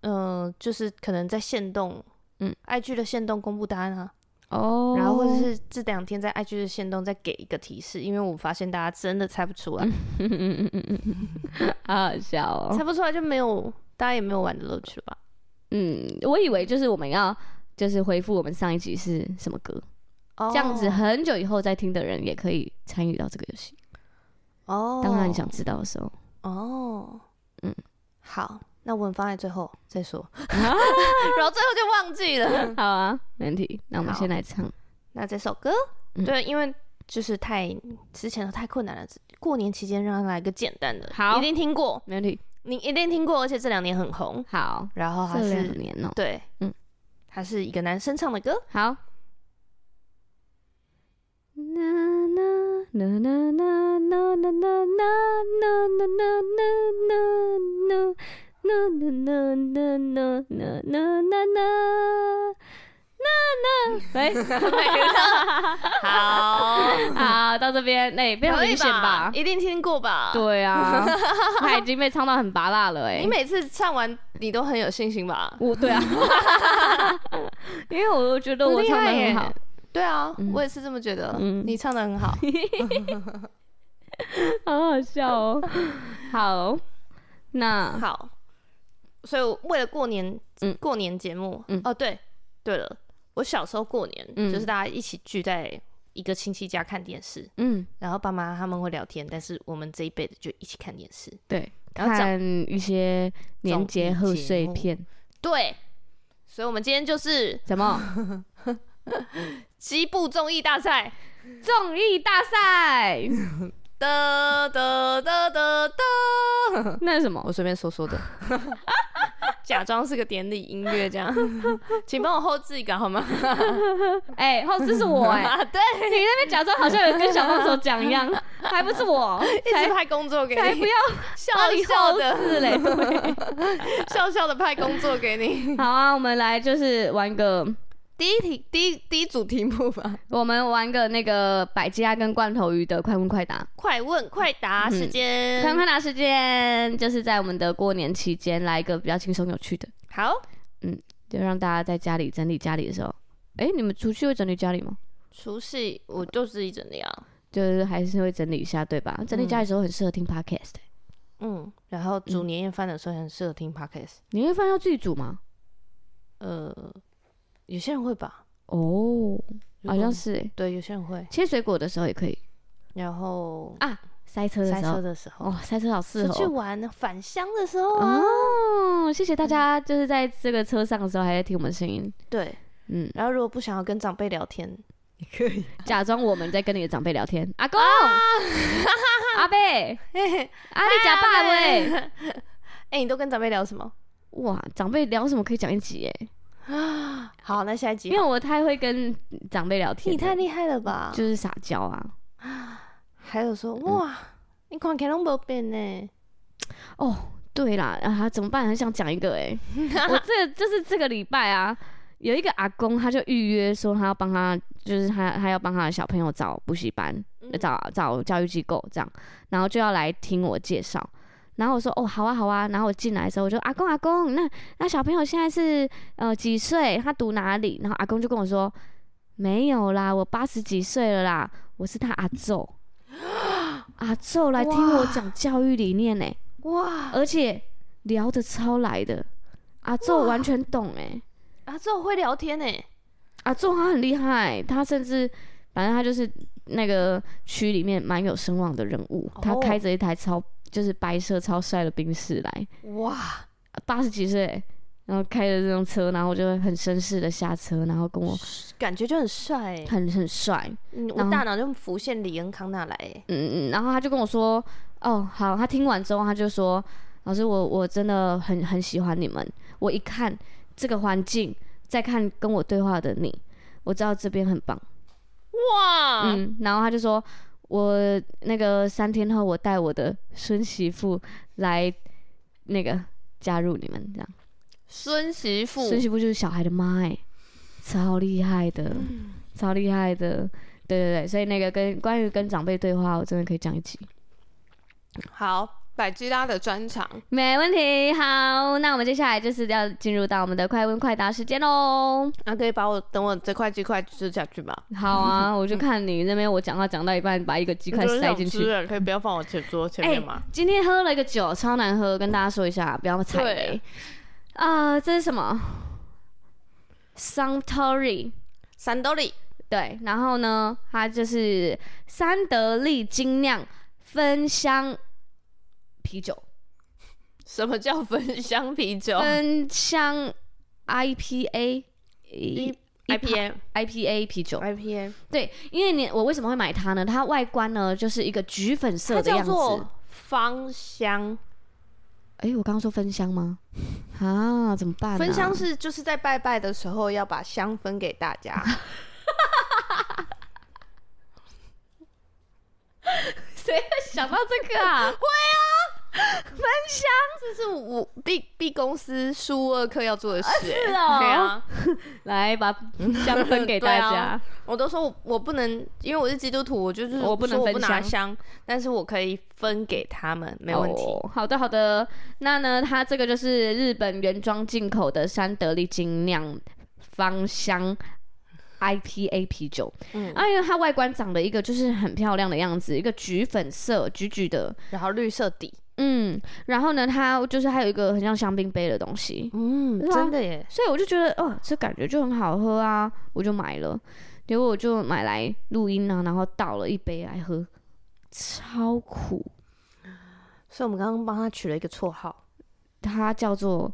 Speaker 1: 嗯，就是可能在限动，
Speaker 2: 嗯
Speaker 1: ，IG 的限动公布答案啊，
Speaker 2: 哦，
Speaker 1: 然后或者是这两天在 IG 的限动再给一个提示，因为我发现大家真的猜不出来，
Speaker 2: 嗯嗯嗯嗯嗯嗯，好好笑哦。
Speaker 1: 猜不出来就没有，大家也没有玩的乐趣了吧？
Speaker 2: 嗯，我以为就是我们要就是回复我们上一集是什么歌，
Speaker 1: 哦
Speaker 2: 这样子很久以后再听的人也可以参与到这个游戏。
Speaker 1: 哦，
Speaker 2: 当然你想知道的时候，
Speaker 1: 哦，
Speaker 2: 嗯
Speaker 1: 嗯，好，那我们放在最后再 说，然后最后就忘记了。
Speaker 2: 好啊，没问题。那我们
Speaker 1: 好
Speaker 2: 先来唱，
Speaker 1: 那这首歌，
Speaker 2: 嗯
Speaker 1: 对，因为就是太之前的太困难了，过年期间让他来个简单的，
Speaker 2: 好
Speaker 1: 一定听过，
Speaker 2: 没问题。
Speaker 1: 你一定听过，而且这两年很红。
Speaker 2: 好，
Speaker 1: 然后它
Speaker 2: 这两
Speaker 1: 是
Speaker 2: 年哦、
Speaker 1: 对，
Speaker 2: 嗯
Speaker 1: 嗯，它是一个男生唱的歌，
Speaker 2: 好。啦啦啦啦啦啦啦啦啦啦啦啦啦啦啦啦啦啦啦啦啦。喂，
Speaker 1: 好，
Speaker 2: 好，到这边，哎、非常
Speaker 1: 可以
Speaker 2: 明显吧？
Speaker 1: 一定听过吧？
Speaker 2: 对啊，他已经被唱到很拔辣了、哎，
Speaker 1: 你每次唱完你都很有信心吧？
Speaker 2: 我对啊，因为我觉得我唱的很好
Speaker 1: 很厉害耶，对啊
Speaker 2: 嗯，
Speaker 1: 我也是这么觉得
Speaker 2: 嗯，
Speaker 1: 你唱的很好。
Speaker 2: 好好笑哦。好，那
Speaker 1: 好，所以我为了过年，
Speaker 2: 嗯
Speaker 1: 过年节目，
Speaker 2: 嗯
Speaker 1: 哦，对，对了，我小时候过年、
Speaker 2: 嗯
Speaker 1: 就是大家一起聚在一个亲戚家看电视，
Speaker 2: 嗯，
Speaker 1: 然后爸妈他们会聊天，但是我们这一辈的就一起看电视，
Speaker 2: 对，
Speaker 1: 然后长
Speaker 2: 看一些年节贺岁 片，
Speaker 1: 对，所以我们今天就是
Speaker 2: 什么
Speaker 1: 西部综艺大赛，
Speaker 2: 综艺大赛，
Speaker 1: 哒哒哒哒哒，
Speaker 2: 那是什么
Speaker 1: 我？随便说说的。 假装是个典礼音乐 这样，请帮我后置一个好吗？
Speaker 2: 哎、后置是我哎、
Speaker 1: 啊， 对，
Speaker 2: 你那边假装好像有跟小帮手讲一样，还不是我，
Speaker 1: 一直
Speaker 2: 才
Speaker 1: 拍工作给
Speaker 2: 才
Speaker 1: 你
Speaker 2: 不，要
Speaker 1: 笑
Speaker 2: 把你
Speaker 1: 笑
Speaker 2: 后
Speaker 1: 的，
Speaker 2: 置嘞。 对
Speaker 1: 笑笑的派工作给你。
Speaker 2: 好啊，我们来就是玩个，
Speaker 1: 第一题，第一第一组题目吧，
Speaker 2: 我们玩个那个百家跟罐头鱼的快问快答。
Speaker 1: 快问快答时间。
Speaker 2: 快问快答时间就是在我们的过年期间来一个比较轻松有趣的，
Speaker 1: 好，
Speaker 2: 就让大家在家里整理家里的时候，哎、你们出去会整理家里吗？
Speaker 1: 除夕我就自己整理啊。
Speaker 2: 就是还是会整理一下，对吧？整理家里的时候很适合听 podcast，、欸
Speaker 1: 嗯，然后煮年夜饭的时候很适合听 podcast。
Speaker 2: 你会发现要自己煮吗？
Speaker 1: 呃，有些人会吧，
Speaker 2: 哦，
Speaker 1: 如果
Speaker 2: 好像是、欸，
Speaker 1: 对，有些人会。
Speaker 2: 切水果的时候也可以，
Speaker 1: 然后
Speaker 2: 塞车的
Speaker 1: 塞
Speaker 2: 时
Speaker 1: 车
Speaker 2: 候，
Speaker 1: 的时候，
Speaker 2: 哦，塞车好适
Speaker 1: 出
Speaker 2: 合
Speaker 1: 去
Speaker 2: 哦。
Speaker 1: 玩返乡的时候啊，嗯
Speaker 2: 哦，谢谢大家，就是在这个车上的时候还在听我们声音，
Speaker 1: 对。
Speaker 2: 嗯，
Speaker 1: 然后如果不想要跟长辈聊天，也可以。
Speaker 2: 假装我们在跟你的长辈聊天，阿公、
Speaker 1: 啊
Speaker 2: 阿伯、阿里假爸喂，
Speaker 1: 哎，你都跟长辈聊什么？
Speaker 2: 哇，长辈聊什么可以讲一集
Speaker 1: 啊
Speaker 2: 哎，
Speaker 1: 好，那下一啊
Speaker 2: 因
Speaker 1: 集
Speaker 2: 为。我太会跟长辈聊天
Speaker 1: 你
Speaker 2: 了，
Speaker 1: 太厉害了吧！
Speaker 2: 就是撒娇啊，
Speaker 1: 还有
Speaker 2: 嗯
Speaker 1: 说哇，你看起来拢无变呢，
Speaker 2: 哦，对啦，啊，怎么办？很想讲一个哎、我这就是这个礼拜啊，有一个阿公，他就预约说他要帮他，就是他他要帮他的小朋友找补习班，呃找找教育机构这样，然后就要来听我介绍。然后我说哦好啊好啊，然后我进来的时候我就阿公阿公，那那小朋友现在是呃几岁？他读哪里？然后阿公就跟我说没有啦，我八十几岁了啦，我是他阿昼，阿昼来听我讲教育理念呢、欸
Speaker 1: 哇，啊
Speaker 2: 而且聊得超来的。阿宙完全懂哎、
Speaker 1: 啊，这我会聊天呢，
Speaker 2: 阿宙他很厉害，他甚至反正他就是那个区里面蛮有声望的人物。
Speaker 1: 哦
Speaker 2: 他开着一台超就是白色超帅的宾士来，
Speaker 1: 哇，
Speaker 2: 八十几岁，然后开着这种车，然后就会很绅士的下车，然后跟我
Speaker 1: 感觉就很帅欸，
Speaker 2: 很很帅，
Speaker 1: 嗯
Speaker 2: 然
Speaker 1: 我
Speaker 2: 后
Speaker 1: 大脑就浮现李恩康纳来欸，
Speaker 2: 嗯，嗯，然后他就跟我说，哦，好，他听完之后他就说，老师，我我真的很很喜欢你们，我一看这个环境，再看跟我对话的你，我知道这边很棒，
Speaker 1: 哇，
Speaker 2: 嗯，然后他就说，我那个三天后我带我的孙媳妇来那个加入你们这样，
Speaker 1: 孙媳妇
Speaker 2: 孙媳妇就是小孩的妈哎、超厉害的，超厉害的。对对对，所以那个跟关于跟长辈对话，我真的可以讲一集。
Speaker 1: 好，百基拉的专场，
Speaker 2: 没问题，好，那我们接下来就是要进入到我们的快问快答时间喽。
Speaker 1: 那、啊可以把我等我这块鸡块吃下去吗？
Speaker 2: 好啊， 我就看你那边，我讲话讲到一半，把一个鸡块塞进去。
Speaker 1: 了，可以不要放我前桌前面吗？
Speaker 2: 今天喝了一个酒，超难喝，跟大家说一下，不要踩雷。啊、这是什么？Suntory，
Speaker 1: 三兜里
Speaker 2: 对，然后呢，它就是三得利精酿芬香啤酒，
Speaker 1: 什么叫芬香啤
Speaker 2: 哦
Speaker 1: 酒
Speaker 2: 芬香 IPA。一
Speaker 1: IPA
Speaker 2: IPA 啤酒，
Speaker 1: IPA，
Speaker 2: 对，因为你我为什么会买它呢？它外观呢就是一个橘粉色
Speaker 1: 它
Speaker 2: 的样
Speaker 1: 叫
Speaker 2: 子。
Speaker 1: 做芳香，
Speaker 2: 哎、我刚刚说芬香吗？ 啊，怎么办、啊？
Speaker 1: 芬 香是就是在拜拜的时候要把香分给大家。
Speaker 2: 谁会想到这个啊？
Speaker 1: 这是我 B B 公司书二课要做的事、欸，
Speaker 2: 是哦
Speaker 1: 对啊，
Speaker 2: 来把香分给 大
Speaker 1: 对
Speaker 2: 家。
Speaker 1: 啊我都说我我不能，因为我是基督徒，我就是
Speaker 2: 我不能
Speaker 1: 说我
Speaker 2: 分
Speaker 1: 哦不拿
Speaker 2: 香
Speaker 1: 香，但是我可以分给他们，没问题。
Speaker 2: 哦好的，好的。那呢，它这个就是日本原装进口的山得利精酿芳香 IPA 啤酒。
Speaker 1: 嗯
Speaker 2: 啊，因为它外观长得一个就是很漂亮的样子，一个橘粉色，橘橘的。
Speaker 1: 然后绿色底，
Speaker 2: 嗯，然后呢，它就是还有一个很像香槟杯的东西，
Speaker 1: 嗯
Speaker 2: 对啊
Speaker 1: 真的耶，
Speaker 2: 所以我就觉得，哦，这感觉就很好喝啊，我就买了。结果我就买来录音啊，然后倒了一杯来喝，超苦。
Speaker 1: 所以我们刚刚帮他取了一个绰号，
Speaker 2: 它叫做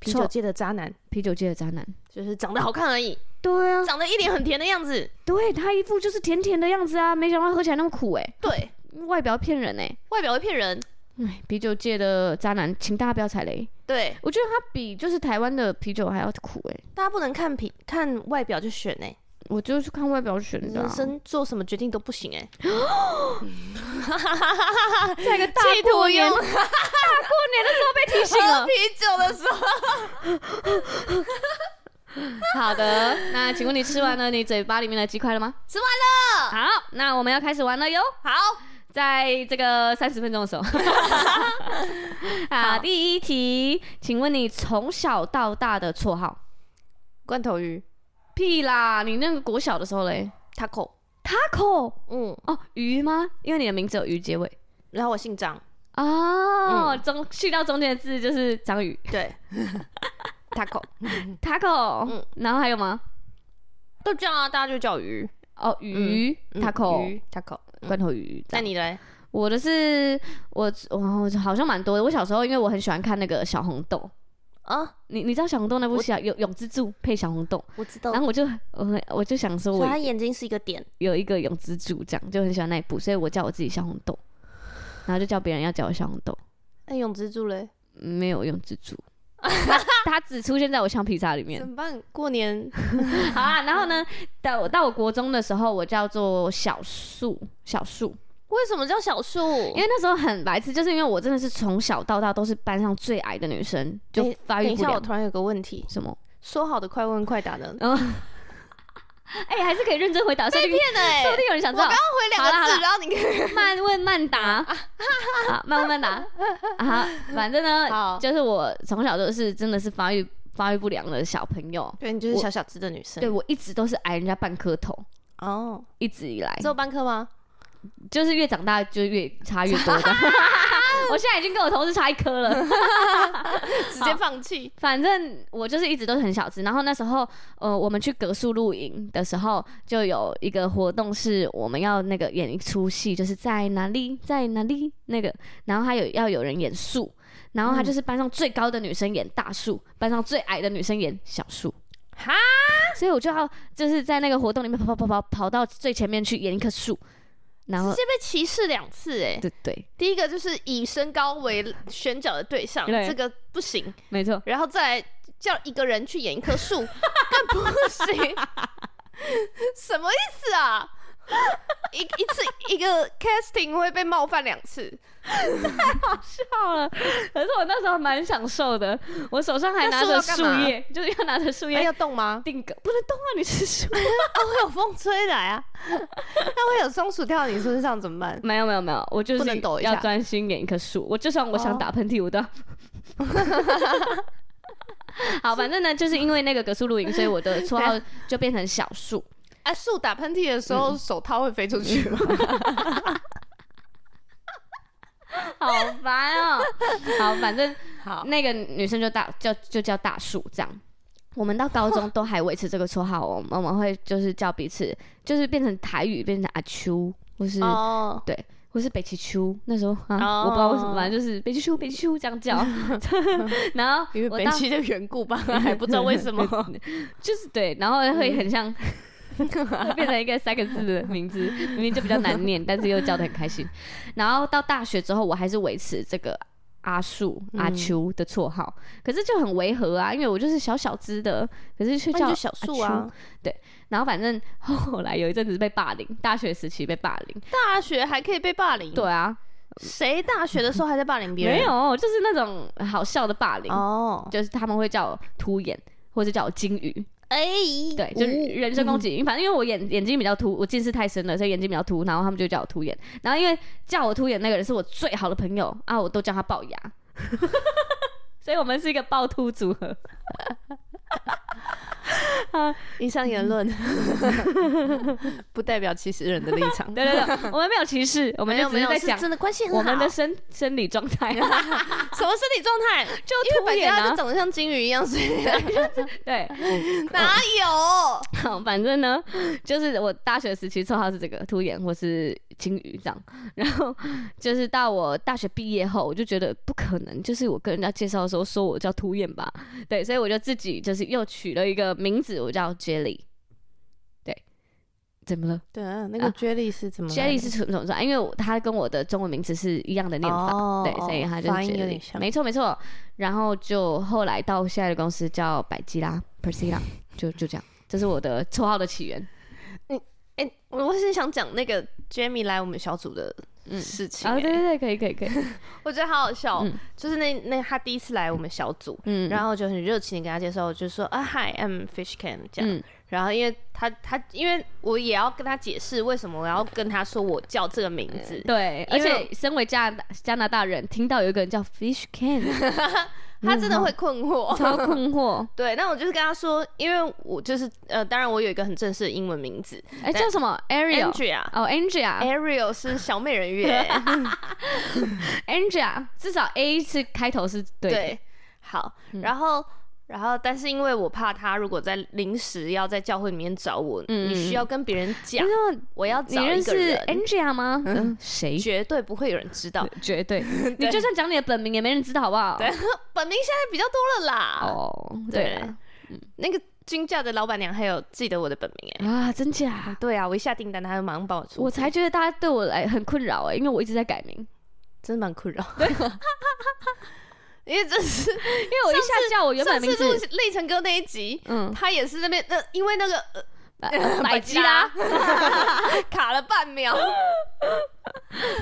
Speaker 1: 啤
Speaker 2: 臭
Speaker 1: 酒界的渣男，
Speaker 2: 啤酒界的渣男。
Speaker 1: 就是长得好看而已，
Speaker 2: 对啊，
Speaker 1: 长得一脸很甜的样子，
Speaker 2: 对他一副就是甜甜的样子啊，没想到喝起来那么苦哎、
Speaker 1: 对，
Speaker 2: 外表骗人哎、
Speaker 1: 外表会骗人，
Speaker 2: 哎，啤酒界的渣男，请大家不要踩雷。
Speaker 1: 对，
Speaker 2: 我觉得它比就是台湾的啤酒还要苦哎、
Speaker 1: 大家不能看皮看外表就选哎、
Speaker 2: 我就是看外表选的、
Speaker 1: 人
Speaker 2: 啊。
Speaker 1: 生做什么决定都不行哎、
Speaker 2: 在一个大
Speaker 1: 企图
Speaker 2: 过年，大
Speaker 1: 用
Speaker 2: 过年的时候被提 醒
Speaker 1: 喝
Speaker 2: 了
Speaker 1: 啤。酒的时候，
Speaker 2: 好的，那请问你吃完了你嘴巴里面的鸡块了吗？
Speaker 1: 吃
Speaker 2: 完了。好，那我们要开始玩了哟。
Speaker 1: 好，
Speaker 2: 在这个三十分钟的时候， 好，第一题，请问你从小到大的绰号？
Speaker 1: 罐头鱼
Speaker 2: 屁啦！你那个国小的时候嘞
Speaker 1: taco，
Speaker 2: ，taco
Speaker 1: 嗯，
Speaker 2: 哦，鱼吗？因为你的名字有鱼结尾
Speaker 1: 然后我姓张，
Speaker 2: 哦，中去掉中间的字就是章鱼
Speaker 1: 对，taco
Speaker 2: taco，、
Speaker 1: 嗯
Speaker 2: 然后还有吗？
Speaker 1: 都这样啊，大家就叫鱼
Speaker 2: 哦，鱼、
Speaker 1: 嗯
Speaker 2: taco、
Speaker 1: 鱼嗯 taco，
Speaker 2: 罐头鱼。
Speaker 1: 那你嘞？
Speaker 2: 我的是我我好像蛮多的。我小时候因为我很喜欢看那个小红豆，
Speaker 1: 啊，
Speaker 2: 你你知道小红豆那部戏啊？有永之助配小红豆，
Speaker 1: 我知道
Speaker 2: 然后我就我很我就想说
Speaker 1: 嗯所以他
Speaker 2: 我
Speaker 1: 眼睛是一个点，
Speaker 2: 有一个永之助这样，就很喜欢那一部，所以我叫我自己小红豆，然后就叫别人要叫我小红豆。
Speaker 1: 那永之助嘞？
Speaker 2: 没有用蜘 蛛，它它只出现在我橡皮擦里面
Speaker 1: 怎。么办？过年
Speaker 2: 好啊，然后呢，到我到我国中的时候，我叫做小树，小树，
Speaker 1: 为什么叫小树？
Speaker 2: 因为那时候很白痴，就是因为我真的是从小到大都是班上最矮的女生，就发
Speaker 1: 等
Speaker 2: 育
Speaker 1: 一
Speaker 2: 不
Speaker 1: 下，我
Speaker 2: 良。
Speaker 1: 突然有个问题，
Speaker 2: 什么？
Speaker 1: 说好的快问快答呢？
Speaker 2: 哎、还是可以认真回答，说不定
Speaker 1: 骗欸哎
Speaker 2: 说不定有人想知道。啊
Speaker 1: 回
Speaker 2: 好啦好啦
Speaker 1: 然后你可以
Speaker 2: 慢问慢 答，好，慢问慢答 啊，反正呢，
Speaker 1: 好
Speaker 2: 就是我从小都是真的是发育发育不良的小朋友，
Speaker 1: 对你就是
Speaker 2: 我
Speaker 1: 小小只的女生，
Speaker 2: 对我一直都是矮人家半颗头，
Speaker 1: 哦，
Speaker 2: 一直以来
Speaker 1: 只。有半颗吗？
Speaker 2: 就是越长大就越差越 多的。我现在已经跟我同事差一颗了，
Speaker 1: 直接放弃，
Speaker 2: 反正我就是一直都是很小只。然后那时候，呃，我们去格树露营的时候，就有一个活动是我们要那个演一出戏，就是在哪里，在哪里那个，然后还有要有人演树，然后她
Speaker 1: 嗯
Speaker 2: 就是班上最高的女生演大树，班上最矮的女生演小树。
Speaker 1: 哈，
Speaker 2: 所以我就要就是在那个活动里面跑跑跑跑跑到最前面去演一棵树，然
Speaker 1: 直
Speaker 2: 后
Speaker 1: 接被歧视两次哎。
Speaker 2: 对对，
Speaker 1: 第一个就是以身高为选角的对象，
Speaker 2: 对
Speaker 1: 这个不行。
Speaker 2: 没 错。
Speaker 1: 然后再来叫一个人去演一棵 树，更不行。什么意思啊？一一次一个 casting 会被冒犯两次，
Speaker 2: 笑了。可是我那时候蛮享受的，我手上还拿着
Speaker 1: 那树
Speaker 2: 树
Speaker 1: 要干嘛
Speaker 2: 叶，就是要拿着树
Speaker 1: 哎，
Speaker 2: 叶
Speaker 1: 要动吗？
Speaker 2: 定格，不能动啊！你是树？
Speaker 1: 啊，会有风吹来啊，那会有松鼠跳到你身上怎么办？
Speaker 2: 没有没有没有，我就
Speaker 1: 不
Speaker 2: 是
Speaker 1: 能抖一下
Speaker 2: 要专心演一棵树。我就算我想
Speaker 1: 哦
Speaker 2: 打喷嚏，我 都要。好，反正呢，就是因为那个格树露营，所以我的绰号 就变成小树。
Speaker 1: 哎、树打喷嚏的时候、手套会飞出去吗？
Speaker 2: 好烦哦、好，反正
Speaker 1: 好，
Speaker 2: 那个女生就大叫就叫大树这样。我们到高中都还维持这个绰号哦，我们会就是叫彼此，就是变成台语变成阿秋，或是、
Speaker 1: 哦，
Speaker 2: 或是北极秋。那时候啊
Speaker 1: 哦
Speaker 2: 我不知道为什么，反正就是北极秋北极秋这 样叫。然后
Speaker 1: 因为
Speaker 2: 我
Speaker 1: 本
Speaker 2: 到
Speaker 1: 期的缘故吧，还不知道为什 么。
Speaker 2: 就是对，然后会很像、
Speaker 1: 嗯
Speaker 2: 变成一个三个字的 名字，明明就比较难念，但是又叫得很开心。然后到大学之后，我还是维持这个阿树、
Speaker 1: 嗯
Speaker 2: 阿秋的绰号，可是就很违和啊，因为我就是小小只的，可是却
Speaker 1: 那你
Speaker 2: 叫
Speaker 1: 就小树啊，
Speaker 2: 然后反正后来有一阵子被霸凌，大学时期被霸凌。
Speaker 1: 大学还可以被霸凌？，
Speaker 2: 对啊，
Speaker 1: 谁大学的时候还在霸凌别人？
Speaker 2: 没有，就是那种好笑的霸凌，
Speaker 1: 哦，
Speaker 2: 就是他们会叫我秃眼，或者叫我金鱼。
Speaker 1: 哎，
Speaker 2: 对，就是人身攻击。反正因为我眼眼睛比较凸，我近视太深了，所以眼睛比较凸，然后他们就叫我凸眼。然后因为叫我凸眼那个人是我最好的朋友啊，我都叫他龅牙， 所以我们是一个龅凸组合。
Speaker 1: 以上言论不代表其实人的立场。
Speaker 2: 对对 对，我们没有歧视，我
Speaker 1: 我
Speaker 2: 们就只
Speaker 1: 没
Speaker 2: 是
Speaker 1: 有
Speaker 2: 在
Speaker 1: 是
Speaker 2: 讲
Speaker 1: 真的关系很好。
Speaker 2: 我们的生生理状态，
Speaker 1: 什么身体状 态？因
Speaker 2: 就
Speaker 1: 为
Speaker 2: 凸
Speaker 1: 本身
Speaker 2: 眼
Speaker 1: 他
Speaker 2: 啊
Speaker 1: 就，长得像金鱼一样，所以
Speaker 2: 对。
Speaker 1: 哪有？
Speaker 2: 好，反正呢，就是我大学时期绰号是这个秃眼或是金鱼这样，然后就是到我大学毕业后，我就觉得不可能，就是我跟人家介绍的时候说我叫秃眼吧，对，所以我就自己就是又取了一个名字，我叫 Jelly，对，怎么了
Speaker 1: 对，啊那
Speaker 2: 个
Speaker 1: Jelly 是怎么
Speaker 2: ？Jelly 是什么什么？因为我他跟我的中文名字是一样的念法，
Speaker 1: 哦
Speaker 2: 对，所以他就
Speaker 1: 发
Speaker 2: 是
Speaker 1: 音有
Speaker 2: Jelly，
Speaker 1: 点像
Speaker 2: 没错没错，然后就后来到现在的公司叫百吉拉 Persila，就就这样，这是我的绰号的起源。
Speaker 1: 哎、我我是想讲那个 Jamie 来我们小组的事情、
Speaker 2: 啊，
Speaker 1: 欸
Speaker 2: 对对对，可以可以可以，
Speaker 1: 我觉得好好笑哦、
Speaker 2: 嗯
Speaker 1: 就是那那他第一次来我们小组，
Speaker 2: 嗯，
Speaker 1: 然后我就很热情的给他介绍，我就说啊，Hi，I'm Fish Cam 这样。
Speaker 2: 嗯
Speaker 1: 然后因为他他因为我也要跟他解释为什么我要跟他说我叫这个名字，
Speaker 2: 对，而
Speaker 1: 因为
Speaker 2: 且身为加拿大加拿大人，听到有一个人叫 Fish Can，
Speaker 1: 他真的会困惑。
Speaker 2: 超困惑，
Speaker 1: 对，那我就是跟他说，因为我就是呃，当然我有一个很正式的英文名字
Speaker 2: 哎，叫什么 Ariel？
Speaker 1: ，Andrea。
Speaker 2: 哦 Angela，Angela，
Speaker 1: Ariel 是小美人鱼欸，
Speaker 2: 至少 A 是开头是 对嗯的，
Speaker 1: 对，好，然后。然后，但是因为我怕他如果在临时要在教会里面找我，
Speaker 2: 嗯
Speaker 1: 你需要跟别人讲
Speaker 2: 你，知道
Speaker 1: 我要
Speaker 2: 你
Speaker 1: 找一
Speaker 2: 认
Speaker 1: 个
Speaker 2: 识
Speaker 1: 人，
Speaker 2: Angela 吗？嗯， 谁？
Speaker 1: 绝对不会有人知道。
Speaker 2: 绝对，你就算讲你的本名也没人知道，好不好？
Speaker 1: 对本名现在比较多了啦，
Speaker 2: 哦，对
Speaker 1: 对
Speaker 2: 啦，
Speaker 1: 那个金价的老板娘还有记得我的本名哎、
Speaker 2: 啊，真假？
Speaker 1: 对啊，我一下订单，他就马上帮我出，
Speaker 2: 我才觉得大家对我来很困扰哎，因为我一直在改名，
Speaker 1: 真的蛮困扰。 因为这是
Speaker 2: 因为我一下叫我 原本
Speaker 1: 上
Speaker 2: 名
Speaker 1: 次
Speaker 2: 字，
Speaker 1: 录立成哥那一集，
Speaker 2: 嗯，
Speaker 1: 他也是那边呃，因为那个、呃
Speaker 2: 百百吉拉，
Speaker 1: 卡了半秒。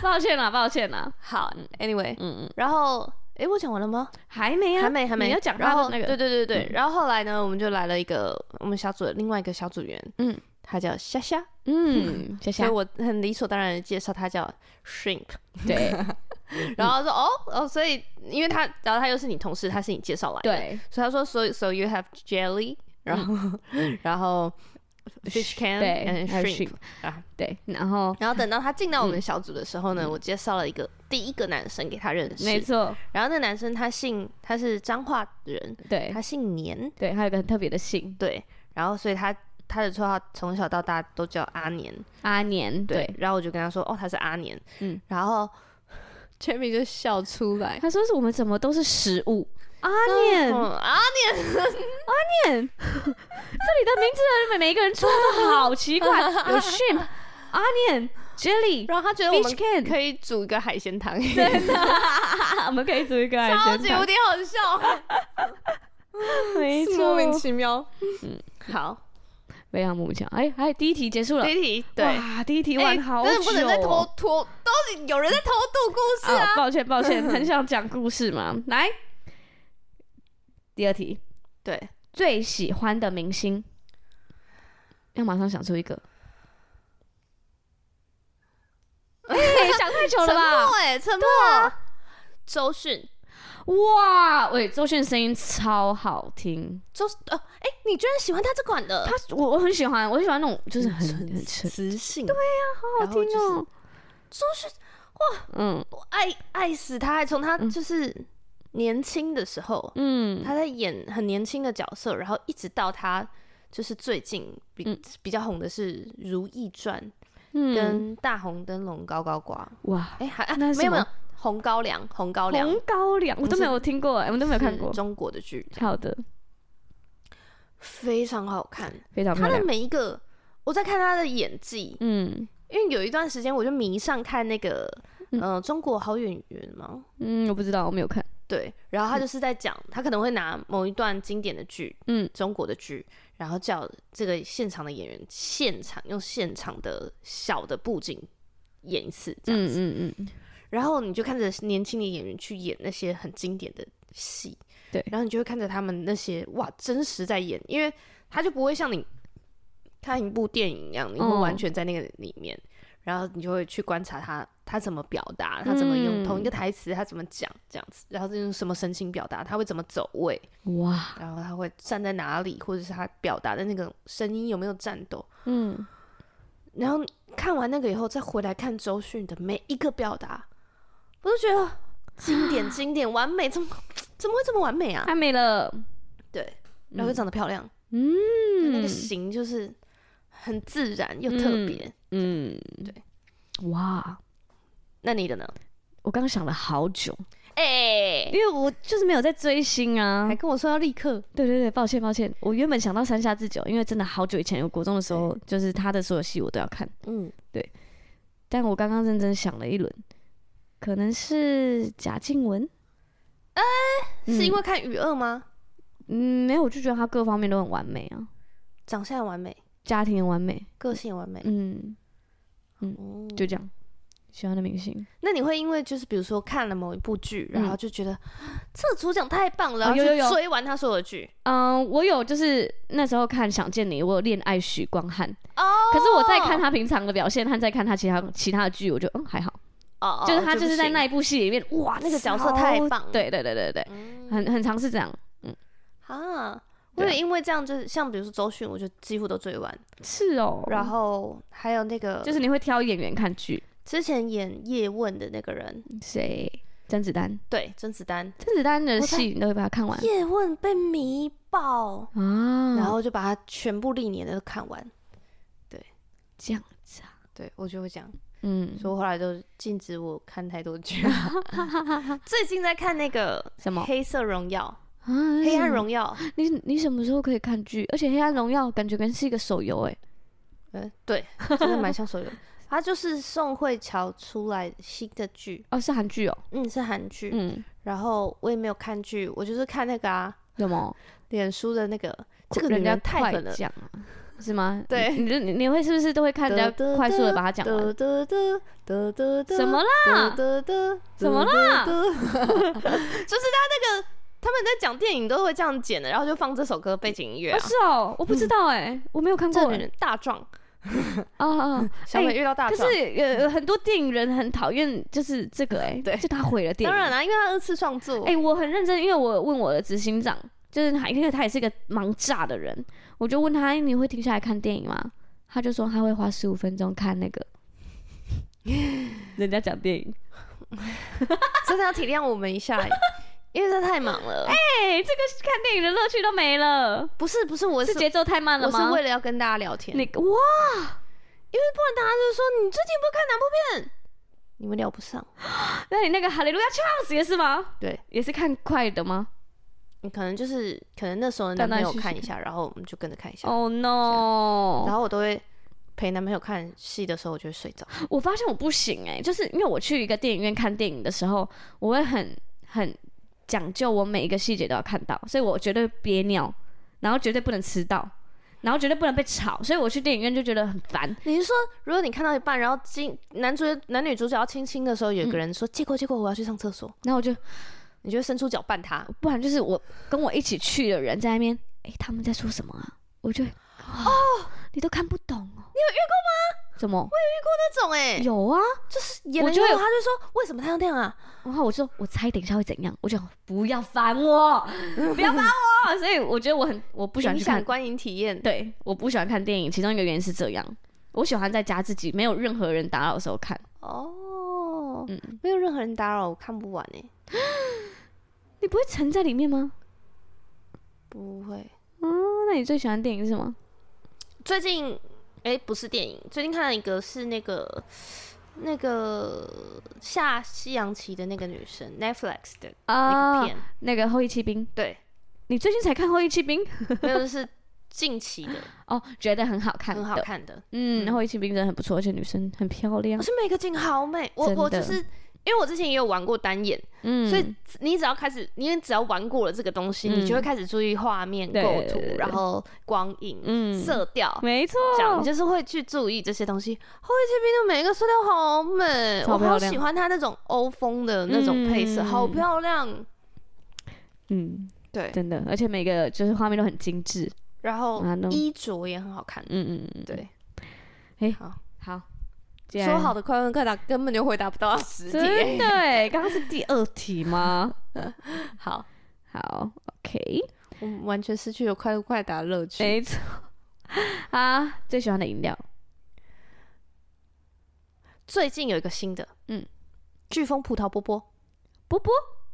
Speaker 2: 抱歉啦，抱歉啦，
Speaker 1: 好，anyway，
Speaker 2: 嗯嗯，
Speaker 1: 然后诶，我讲完了吗？
Speaker 2: 还没啊，
Speaker 1: 还没，还没。
Speaker 2: 你要讲
Speaker 1: 然
Speaker 2: 他
Speaker 1: 后
Speaker 2: 的那个，嗯
Speaker 1: 对对对对。然后后来呢，我们就来了一个我们小组的另外一个小组员，
Speaker 2: 嗯，
Speaker 1: 他叫虾虾，
Speaker 2: 嗯，谢
Speaker 1: 所
Speaker 2: 谢
Speaker 1: 以，我很理所当然的介绍他叫 Shrimp。
Speaker 2: 对
Speaker 1: 然后他说哦哦，所以因为他，然后他又是你同事，他是你介绍来 的，
Speaker 2: 对，
Speaker 1: 所以他说所以 so you have jelly，然后 然后嗯 fish can
Speaker 2: 对，
Speaker 1: and
Speaker 2: 还有
Speaker 1: shrimp。嗯
Speaker 2: 啊
Speaker 1: 啊，
Speaker 2: 对，然后
Speaker 1: 然后等到他进到我们小组的时候呢，我介绍了一个第一个男生给他认
Speaker 2: 没
Speaker 1: 识，
Speaker 2: 错，
Speaker 1: 然后那男生他姓他是彰化人，
Speaker 2: 对
Speaker 1: 他姓年，
Speaker 2: 对，还有一个很特别的姓
Speaker 1: 对，然后所以他他的绰号从小到大都叫阿年，
Speaker 2: 阿年，
Speaker 1: 对，
Speaker 2: 对，
Speaker 1: 然后我就跟他说哦他是阿年，
Speaker 2: 嗯
Speaker 1: 嗯，然后 Jamie 就笑出来，
Speaker 2: 他说是我们怎么都是食物。阿念，
Speaker 1: 嗯啊
Speaker 2: 你的名字每每一个人出的好奇 怪，有 shrimp，阿念，jelly，
Speaker 1: 然后他觉得我
Speaker 2: fish
Speaker 1: 们
Speaker 2: can，
Speaker 1: 可以煮一个海鲜汤，
Speaker 2: 啊我们可以组一个海
Speaker 1: 超
Speaker 2: 鲜
Speaker 1: 级
Speaker 2: 汤
Speaker 1: 无敌好笑，
Speaker 2: 没
Speaker 1: 莫名
Speaker 2: 错，
Speaker 1: 其妙。嗯，好，
Speaker 2: 非常慕强。哎，还第一题结束了
Speaker 1: 第，一题对，
Speaker 2: 哇，第一题
Speaker 1: 哎
Speaker 2: 玩好久、哦，
Speaker 1: 真的不能再拖拖，都是有人在偷渡故事
Speaker 2: 啊
Speaker 1: 啊！
Speaker 2: 抱歉 抱歉，很想讲故事嘛。来，第二题，
Speaker 1: 对，
Speaker 2: 最喜欢的明星，要马上想出 一个。哎、想太久了
Speaker 1: 沉
Speaker 2: 吧
Speaker 1: 默？哎，沉默。周迅，
Speaker 2: 哇，喂，周迅声音超好听，
Speaker 1: 周呃，哎，你居然喜欢他这款的，
Speaker 2: 她我我很喜欢，我很喜欢那种就是很很沉，
Speaker 3: 磁性，对
Speaker 1: 啊
Speaker 3: 呀、
Speaker 2: 好好听哦、
Speaker 1: 周迅，
Speaker 2: 嗯
Speaker 1: 我爱爱死他，还从他就是年轻的时候，
Speaker 2: 嗯，
Speaker 1: 他在演很年轻的角色，然后一直到他就是最近比、
Speaker 2: 嗯
Speaker 1: 比较红的是《如懿传》
Speaker 2: 嗯
Speaker 1: 跟《大红灯笼高高挂》
Speaker 2: 哇，
Speaker 1: 哎、还、啊、没
Speaker 2: 那是
Speaker 1: 有没
Speaker 2: 什
Speaker 1: 有红高粱，红高粱
Speaker 2: 红高粱我都没有听过、哎，我都没有看过
Speaker 1: 是。中国的剧，
Speaker 2: 好的，
Speaker 1: 非常好看。
Speaker 2: 非常漂
Speaker 1: 他的
Speaker 2: 亮。
Speaker 1: 每一个，我在看他的演技，
Speaker 2: 嗯
Speaker 1: 因为有一段时间我就迷上看那个，
Speaker 2: 嗯
Speaker 1: 呃，中国好演员嘛，
Speaker 2: 嗯，我不知道，我没有看。
Speaker 1: 对，然后他就是在讲，他可能会拿某一段经典的剧，
Speaker 2: 嗯，
Speaker 1: 中国的剧，然后叫这个现场的演员现场用现场的小的布景演一次这样子，
Speaker 2: 嗯嗯
Speaker 1: 然后你就看着年轻的演员去演那些很经典的戏，
Speaker 2: 对
Speaker 1: 然后你就会看着他们那些哇真实在演，因为他就不会像你看一部电影一样，你会
Speaker 2: 嗯
Speaker 1: 完全在那个里面，然后你就会去观察他他怎么表达，他怎么用
Speaker 2: 嗯
Speaker 1: 同一个台词，他怎么讲这样子，然后用什么神情表达，他会怎么走位，
Speaker 2: 嗯，哇，
Speaker 1: 然后他会站在哪里，或者是他表达的那个声音有没有战斗，
Speaker 2: 嗯，
Speaker 1: 然后看完那个以后，再回来看周迅的每一个表达，我都觉得经
Speaker 2: 啊
Speaker 1: 典、经典、完美，怎么怎么会这么完美啊？
Speaker 2: 太美了，
Speaker 1: 对，然后又长得漂亮，她那
Speaker 2: 嗯
Speaker 1: 个型就是很自然又特别。
Speaker 2: 嗯，
Speaker 1: 对，
Speaker 2: 哇，
Speaker 1: 那你的呢？
Speaker 2: 我刚想了好久，
Speaker 1: 哎、
Speaker 2: 因为我就是没有在追星啊
Speaker 1: 还。跟我说要立刻，
Speaker 2: 对对对，抱歉抱歉，我原本想到山下智久，因为真的好久以前，我国中的时候，就是他的所有戏我都要看，
Speaker 1: 嗯，
Speaker 2: 但我刚刚认真想了一轮，可能是贾静雯，嗯
Speaker 1: 是因为看《雨二》吗？
Speaker 2: 嗯，没有，我就觉得他各方面都很完美啊，
Speaker 1: 长相也完美，
Speaker 2: 家庭很完美，
Speaker 1: 个性也完美，
Speaker 2: 嗯，
Speaker 1: 嗯，
Speaker 2: 就这样，喜欢的明星。
Speaker 1: 那你会因为就是比如说看了某一部剧，
Speaker 2: 嗯
Speaker 1: 然后就觉得、这个主角太棒了，
Speaker 2: 哦
Speaker 1: 然后
Speaker 2: 有有有
Speaker 1: 去追完他所有的剧
Speaker 2: 嗯，我有就是那时候看《想见你》，我有恋爱许光汉，
Speaker 1: 哦
Speaker 2: 可是我在看他平常的表现，和在看他其他其他的剧，我就嗯还好，
Speaker 1: 哦，哦
Speaker 2: 就是他
Speaker 1: 不
Speaker 2: 就是在
Speaker 1: 行
Speaker 2: 那一部戏里面，哇，
Speaker 1: 那个角色
Speaker 2: 超
Speaker 1: 太棒了
Speaker 2: 对对对对对，
Speaker 1: 嗯
Speaker 2: 很很常是这样，
Speaker 1: 啊，我
Speaker 2: 对啊
Speaker 1: 有因为这样，就是像比如说周迅，我就几乎都追完，
Speaker 2: 是哦，
Speaker 1: 然后还有那个
Speaker 2: 就是你会挑演员看剧，
Speaker 1: 之前演叶问的那个人，
Speaker 2: 谁？甄子丹，
Speaker 1: 对，甄子丹，
Speaker 2: 甄子丹的
Speaker 1: 我在
Speaker 2: 戏你都会把它看完
Speaker 1: 叶问被迷爆，
Speaker 2: 啊，
Speaker 1: 然后就把他全部历年的都看完，
Speaker 2: 这样子啊，
Speaker 1: 对我就会这样，
Speaker 2: 嗯，
Speaker 1: 所以我后来都禁止我看太多剧， 最近在看那个
Speaker 2: 什么
Speaker 1: 黑色荣耀》
Speaker 2: 啊
Speaker 1: 《黑暗，荣 耀》，
Speaker 2: 你你什么时候可以看剧？而且《黑暗荣耀》感觉跟是一个手游哎，
Speaker 1: 呃，对，真的蛮像手游。它就是宋慧乔出来新的剧，
Speaker 2: 哦是韩剧哦，
Speaker 1: 嗯，是韩剧，
Speaker 2: 嗯，
Speaker 1: 然后我也没有看剧，我就是看那个啊，
Speaker 2: 什么？
Speaker 1: 脸书的那个，这个
Speaker 2: 人
Speaker 1: 女
Speaker 2: 家
Speaker 1: 人太
Speaker 2: 快
Speaker 1: 狠了，
Speaker 2: 讲啊，是吗？
Speaker 1: 对
Speaker 2: 你你你会是不是都会看人家快速的把它讲完？什么啦？什 么啦？
Speaker 1: 他们在讲电影都会这样剪的，然后就放这首歌背景音乐啊。
Speaker 2: 哦，是哦，我不知道哎，我没有看
Speaker 1: 这
Speaker 2: 过
Speaker 1: 女
Speaker 2: 哎
Speaker 1: 人嗯大壮，
Speaker 2: 啊啊！啊
Speaker 1: 小美
Speaker 2: 哎
Speaker 1: 遇到大
Speaker 2: 可
Speaker 1: 壮，
Speaker 2: 是有有很多电影人很讨厌，就是这个哎，
Speaker 1: 对
Speaker 2: 就他毁了电
Speaker 1: 当然
Speaker 2: 影。
Speaker 1: 啦，因为她二次创作，
Speaker 2: 哎，我很认真，因为我问我的执行长，就是他，因为他也是个盲炸的人，我就问他哎你会停下来看电影吗？他就说他会花十五分钟看那个。 人家讲电影，
Speaker 1: 真的要体谅我们一下欸，因为这太忙了。
Speaker 2: 哎、这个看电影的乐趣都没了。
Speaker 1: 不是不是，我
Speaker 2: 是
Speaker 1: 是
Speaker 2: 节奏太慢了
Speaker 1: 我
Speaker 2: 吗？
Speaker 1: 是为了要跟大家聊天，
Speaker 2: 你哇，
Speaker 1: 大家就说你最近不是看哪部片？你们聊不上，
Speaker 2: 那你那个哈利路亚 Charles 也是吗？
Speaker 1: 对，
Speaker 2: 也是看快的吗
Speaker 1: 你可能就是可能那时候的
Speaker 2: 断
Speaker 1: 男朋友
Speaker 2: 断续续
Speaker 1: 看一哦下，然后我们就跟着看一下。
Speaker 2: ？Oh no！
Speaker 1: 然后我都会陪男朋友看戏的时候，我就会睡着。
Speaker 2: 我发现我不行哎、就是因为我去一个电影院看电影的时候，我会很很讲究，我每一个细节都要看到，所以我绝对憋尿，然后绝对不能迟到。然后绝对不能被吵，所以我去电影院就觉得很烦。
Speaker 1: 你是说，如果你看到一半，然后亲男主角男女主角要亲亲的时候，有一个人说：“结果结果，我要去上厕所。
Speaker 2: 然后我就”
Speaker 1: 你就会伸出脚绊他。
Speaker 2: 不然就是我跟我一起去的人在那边，哎、他们在说什么啊？我就会哦，你都看不懂哦。你有遇过吗？怎么？
Speaker 1: 那种哎、
Speaker 2: 有啊。
Speaker 1: 演
Speaker 2: 我
Speaker 1: 了以
Speaker 2: 就
Speaker 1: 后，
Speaker 2: 会
Speaker 1: 他就说：“为什么他要那样啊
Speaker 2: 然后我说我猜等一下会怎样，我就不要烦 我，不要烦我。所以我觉得我很我？”不喜欢
Speaker 1: 影
Speaker 2: 去看
Speaker 1: 响观影体验。
Speaker 2: 对，我不喜欢看电影，其中一个原因是这样，我喜欢在家自己没有任何人打扰的时候看。
Speaker 1: 哦，
Speaker 2: 嗯
Speaker 1: 没有任何人打扰，我看不完哎、
Speaker 2: 你不会沉在里面吗？
Speaker 1: 不会。
Speaker 2: 嗯，那你最喜欢的电影是什么？
Speaker 1: 最近，哎、不是电影，最近看了一个是那个那个下西洋棋的那个女生，Netflix 的那个
Speaker 2: 啊
Speaker 1: 片，
Speaker 2: 那个《后羿弃兵》。
Speaker 1: 对，
Speaker 2: 你最近才看《后羿弃兵》
Speaker 1: 没有就是近期的，
Speaker 2: 哦，觉得很好看，
Speaker 1: 很好。看的。
Speaker 2: 嗯，
Speaker 1: 嗯
Speaker 2: 《后羿弃兵》真的很不错，而且女生很漂亮
Speaker 1: 可。是每个景好美，我
Speaker 2: 真的
Speaker 1: 我就是因为我之前也有玩过单眼，
Speaker 2: 嗯，
Speaker 1: 所以你只要开始，你只要玩过了这个东西，
Speaker 2: 嗯
Speaker 1: 你就会开始注意画面
Speaker 2: 对
Speaker 1: 构图
Speaker 2: 对对，
Speaker 1: 然后光影、
Speaker 2: 嗯
Speaker 1: 色调。
Speaker 2: 没错，
Speaker 1: 这样你就是会去注意这些东西。后羿骑兵的每一个色调好美，
Speaker 2: 超
Speaker 1: 我
Speaker 2: 漂亮
Speaker 1: 好喜欢它那种欧风的那种配色，
Speaker 2: 嗯
Speaker 1: 好漂亮。
Speaker 2: 嗯，
Speaker 1: 对，
Speaker 2: 真的，而且每个就是画面都很精致。
Speaker 1: 然后
Speaker 2: 啊那种
Speaker 1: 衣着也很好看。
Speaker 2: 嗯嗯嗯，
Speaker 1: 嗯对，
Speaker 2: 哎
Speaker 1: 好，
Speaker 2: 好，既然
Speaker 1: 说好的快问快答根本就回答不到十
Speaker 2: 啊真
Speaker 1: 题。
Speaker 2: 的欸，刚刚是第二题吗？
Speaker 1: 好，
Speaker 2: 好，OK，
Speaker 1: 我们完全失去了快问快答乐趣。
Speaker 2: 没错。啊，最喜欢的饮料，
Speaker 1: 最近有一个新的，
Speaker 2: 嗯，
Speaker 1: 飓风葡萄波波
Speaker 2: 波波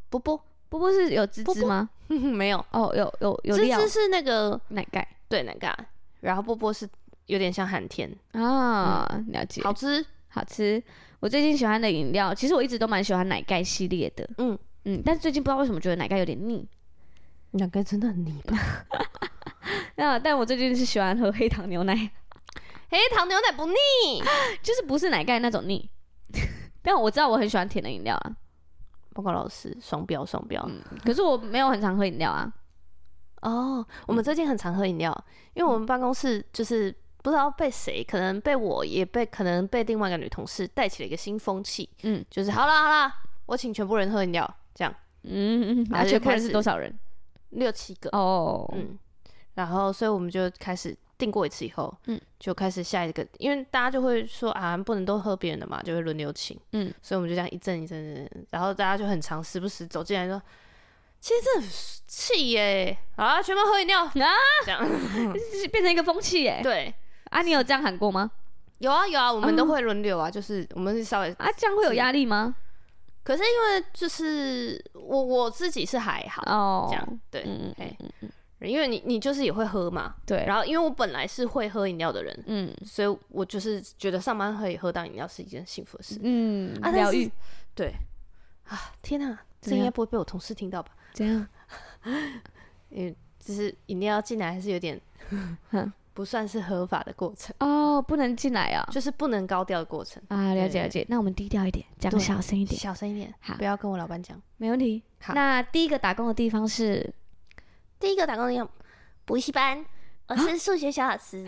Speaker 1: 波波，
Speaker 2: 波波是有芝
Speaker 1: 波
Speaker 2: 芝
Speaker 1: 波
Speaker 2: 吗？
Speaker 1: 没有，
Speaker 2: 哦，有有有
Speaker 1: 芝
Speaker 2: 料
Speaker 1: 芝是那个
Speaker 2: 奶盖
Speaker 1: 对那个，啊然后波波是有点像寒天，
Speaker 2: 啊，了解，
Speaker 1: 好吃。
Speaker 2: 好吃。我最近喜欢的饮料，其实我一直都蛮喜欢奶盖系列的，
Speaker 1: 嗯
Speaker 2: 嗯，但是最近不知道为什么觉得奶盖有点腻。
Speaker 1: 两个真的很腻吧？
Speaker 2: 那但我最近是喜欢喝黑糖牛奶，
Speaker 1: 黑糖牛奶不腻，
Speaker 2: 就是不是奶盖那种腻。 但我知道我很喜欢甜的饮料啊，
Speaker 1: 报告老师，双标双标。
Speaker 2: 可是我没有很常喝饮料啊。
Speaker 1: 哦，我们最近很常喝饮料，因为我们办公室就是不知道被谁，可能被我，也被可能被另外一个女同事带起了一个新风气，
Speaker 2: 嗯
Speaker 1: 就是好啦好啦，我请全部人喝饮料，这样
Speaker 2: 嗯，
Speaker 1: 然
Speaker 2: 而
Speaker 1: 后
Speaker 2: 且
Speaker 1: 啊就
Speaker 2: 看
Speaker 1: 开
Speaker 2: 是
Speaker 1: 始
Speaker 2: 多少人
Speaker 1: 六七个，
Speaker 2: 哦，
Speaker 1: 嗯，然后所以我们就开始订过一次以后，
Speaker 2: 嗯
Speaker 1: 嗯，就开始下一个，因为大家就会说啊，不能都喝别人的嘛，就会轮流请，
Speaker 2: 嗯
Speaker 1: 嗯，所以我们就这样一阵一阵一阵，然后大家就很常时不时走进来说，其实这很气耶、好啦，全部喝饮料，
Speaker 2: 啊，
Speaker 1: 这样
Speaker 2: 就是变成一个风气耶。
Speaker 1: 对。
Speaker 2: 啊，你有这样喊过吗？
Speaker 1: 有啊有啊，我们
Speaker 2: 嗯
Speaker 1: 都会轮流啊，就是我们是稍微，
Speaker 2: 啊，这样会有压力吗？
Speaker 1: 可是因为就是我我自己是还好、
Speaker 2: 哦，
Speaker 1: 这样，对，
Speaker 2: 嗯
Speaker 1: 哎、因为你你就是也会喝嘛，
Speaker 2: 对，
Speaker 1: 然后因为我本来是会喝饮料的人，
Speaker 2: 嗯
Speaker 1: 所以我就是觉得上班可以喝到饮料是一件幸福的事，
Speaker 2: 嗯
Speaker 1: 啊但是
Speaker 2: 疗愈
Speaker 1: 对，啊天哪、这
Speaker 2: 怎样
Speaker 1: 应该不会被我同事听到吧？
Speaker 2: 这样
Speaker 1: 只是饮料进来还是有点
Speaker 2: 哼
Speaker 1: 不算是合法的过程，
Speaker 2: 哦，不能进来啊
Speaker 1: 就是不能高调的过程，
Speaker 2: 啊，了解
Speaker 1: 对
Speaker 2: 了解。那我们低调一点，讲
Speaker 1: 对
Speaker 2: 小声一点，
Speaker 1: 小声一点
Speaker 2: 好，
Speaker 1: 不要跟我老板讲。
Speaker 2: 没问题。
Speaker 1: 好
Speaker 2: 那第一个打工的地方是
Speaker 4: 第一个打工的样补习班，我
Speaker 1: 啊
Speaker 4: 是数学小老师，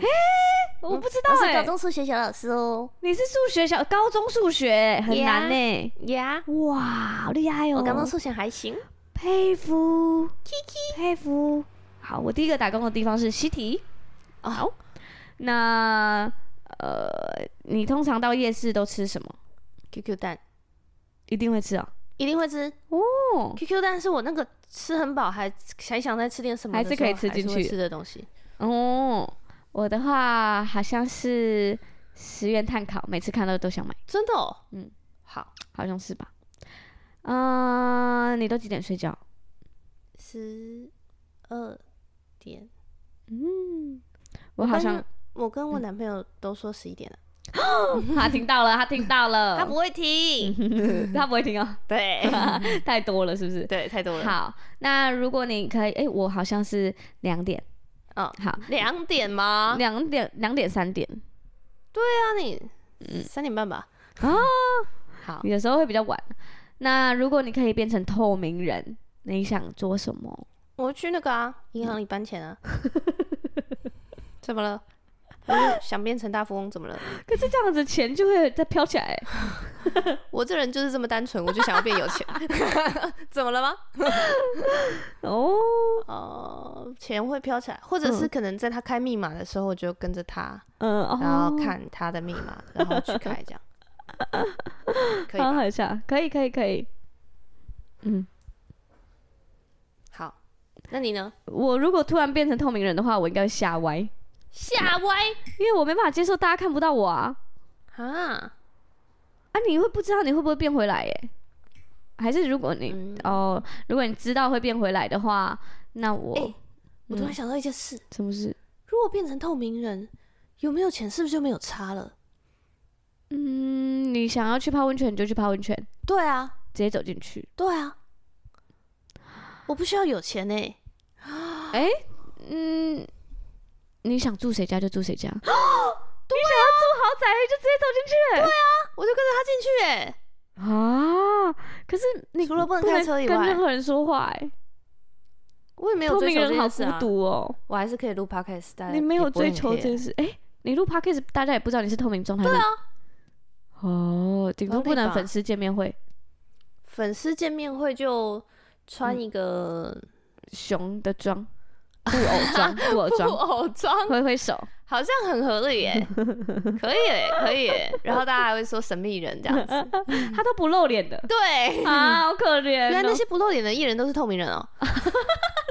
Speaker 2: 我不知道
Speaker 4: 我是
Speaker 1: 欸
Speaker 4: 高
Speaker 2: 哎，
Speaker 4: 中数学小老师哦。
Speaker 2: 你是数学小高中数学很难呢，
Speaker 4: 呀，
Speaker 2: 哇，好厉害哦！
Speaker 4: 我高中数学还行，
Speaker 2: 佩服，佩服。好，我第一个打工的地方是西提。
Speaker 1: 哦
Speaker 2: 好，那呃，你通常到夜市都吃什么？
Speaker 1: QQ 蛋
Speaker 2: 一定会吃哦。
Speaker 1: 一定会吃，
Speaker 2: 哦，
Speaker 1: QQ 蛋是我那个吃很饱还还想再吃点什么的时候，
Speaker 2: 还是可以吃进去
Speaker 1: 还是会吃的东西。
Speaker 2: 哦，我的话好像是十元碳烤，每次看到都想买，
Speaker 1: 真的、哦，
Speaker 2: 嗯
Speaker 1: 嗯，好，
Speaker 2: 好像是吧？嗯、你都几点睡觉？
Speaker 4: 十二点。
Speaker 2: 嗯，我好像
Speaker 1: 我跟我男朋友都说十一点了，
Speaker 2: 他听到了，他听到
Speaker 1: 嗯
Speaker 2: 了，
Speaker 4: 他不会
Speaker 2: 嗯
Speaker 4: 听，
Speaker 2: 他不会听哦，
Speaker 1: 对
Speaker 2: 太多了是不是？
Speaker 1: 对，太多了，
Speaker 2: 好，那如果你可以，哎、我好像是两点，
Speaker 1: 嗯
Speaker 2: 好，
Speaker 1: 两点吗？
Speaker 2: 两、点两点三点，
Speaker 1: 那你三点半吧。
Speaker 2: 啊，
Speaker 1: 好，
Speaker 2: 有时候会比较晚。那如果你可以变成透明人，你想做什么？
Speaker 1: 我去那个啊，银行里搬钱啊，怎么了？我就想变成大富翁，怎么了？
Speaker 2: 可是这样子钱就会再飘起来、欸，
Speaker 1: 我这人就是这么单纯，我就想要变有钱， 怎么了吗？
Speaker 2: 哦，
Speaker 1: 哦，钱会飘起来，或者是可能在他开密码的时候，我就跟着他，
Speaker 2: 嗯，哦
Speaker 1: 然后看他的密码，然后去开，这样可以
Speaker 2: 好
Speaker 1: 吧？
Speaker 2: 好笑，可以可以可以。嗯，
Speaker 1: 好，那你呢？
Speaker 2: 我如果突然变成透明人的话，我应该会吓歪，因
Speaker 1: 下歪
Speaker 2: 为我没办法接受大家看不到我啊
Speaker 1: 啊，
Speaker 2: 啊！你会不知道你会不会变回来耶、还是如果你、
Speaker 1: 嗯
Speaker 2: 哦，如果你知道会变回来的话，那我、
Speaker 1: 哎
Speaker 4: 我
Speaker 2: 嗯
Speaker 4: 突然想到一件事，
Speaker 2: 什么事？
Speaker 4: 如果变成透明人，有没有钱是不是就没有差了？
Speaker 2: 嗯，你想要去泡温泉你就去泡温泉，
Speaker 4: 对啊，
Speaker 2: 直接走进去。
Speaker 4: 对啊，我不需要有钱呢、
Speaker 1: 欸
Speaker 2: 嗯，你想住谁家就住谁家。你想要住豪宅就直接走进去。
Speaker 4: 我就跟着他进去哎、
Speaker 1: 欸
Speaker 2: 啊！可是你
Speaker 4: 除了不能
Speaker 2: 不
Speaker 4: 开
Speaker 2: 能
Speaker 4: 车以
Speaker 2: 跟
Speaker 4: 外，
Speaker 2: 任何人说话哎、
Speaker 1: 我也没有
Speaker 2: 透
Speaker 1: 追
Speaker 2: 明
Speaker 1: 求这
Speaker 2: 人好
Speaker 1: 件事
Speaker 2: 孤
Speaker 1: 啊，
Speaker 2: 独哦、
Speaker 1: 我还是可以录 podcast，大家
Speaker 2: 你没
Speaker 1: 呃也
Speaker 2: 有
Speaker 1: 不会
Speaker 2: 追
Speaker 1: 很
Speaker 2: 求
Speaker 1: care
Speaker 2: 这件事哎、你录 podcast 大家也不知道你是透明状态对啊。哦，顶多
Speaker 1: 合理
Speaker 2: 不能
Speaker 1: 吧
Speaker 2: 粉丝见面会，
Speaker 1: 粉丝见面会就穿一个
Speaker 2: 熊的装，布偶装，布偶
Speaker 1: 布
Speaker 2: 装，
Speaker 1: 偶装，
Speaker 2: 挥 挥手，
Speaker 1: 好像很合理 耶，可以耶，可以耶。然后大家还会说神秘人这样子，
Speaker 2: 他都不露脸的
Speaker 1: 对。
Speaker 2: 啊，好可
Speaker 1: 嗯
Speaker 2: 怜、
Speaker 1: 原来那
Speaker 2: 哦
Speaker 1: 些不露脸的艺人都是透明人哦。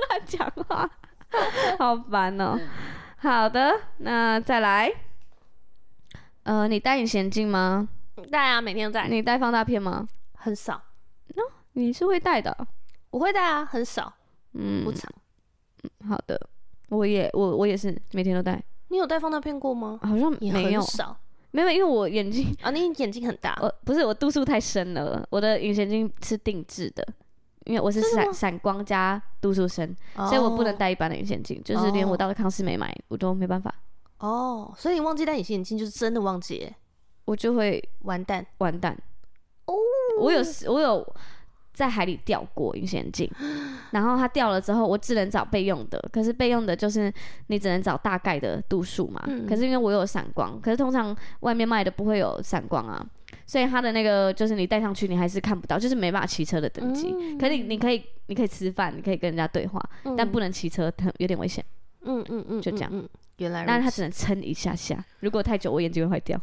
Speaker 2: 乱讲话，好烦哦、
Speaker 1: 嗯
Speaker 2: 好的，那再来，呃，你戴隐形眼镜吗？
Speaker 1: 戴啊，每天都戴，
Speaker 2: 你戴放大片吗？
Speaker 1: 很少。
Speaker 2: 你是会戴的哦、
Speaker 1: 我会戴啊，很少，
Speaker 2: 嗯
Speaker 1: 不，常。
Speaker 2: 好的，我也我我也是每天都戴，
Speaker 1: 你有戴放大片过吗？
Speaker 2: 好像
Speaker 1: 也
Speaker 2: 没
Speaker 1: 很
Speaker 2: 有
Speaker 1: 少
Speaker 2: 没有，因为我眼 睛
Speaker 1: 啊。你眼睛很大
Speaker 2: 我不是我度数太深了，我的隐形眼镜是定制的，因为我是闪闪光加度数深，所以我不能戴一般的隐形眼镜，就是连我
Speaker 1: 哦
Speaker 2: 到了康斯美买我都没办法，
Speaker 1: 哦，所以你忘记戴隐形眼镜就是真的忘记耶，
Speaker 2: 我就会
Speaker 1: 完蛋。
Speaker 2: 完蛋。哦，我有我有在海里掉过隐形眼镜，然后它掉了之后，我只能找备用的。可是备用的就是你只能找大概的度数嘛。
Speaker 1: 嗯
Speaker 2: 可是因为我有闪光，可是通常外面卖的不会有闪光啊，所以它的那个就是你戴上去你还是看不到，就是没办法骑车的等级。
Speaker 1: 嗯
Speaker 2: 可你你可以你可以吃饭，你可以跟人家对话，但不能骑车，很有点危险。
Speaker 1: 嗯嗯嗯，
Speaker 2: 就这样
Speaker 1: 嗯。嗯原来
Speaker 2: 但
Speaker 1: 如
Speaker 2: 它
Speaker 1: 此，
Speaker 2: 只能撑一下下，如果太久我眼睛会坏掉。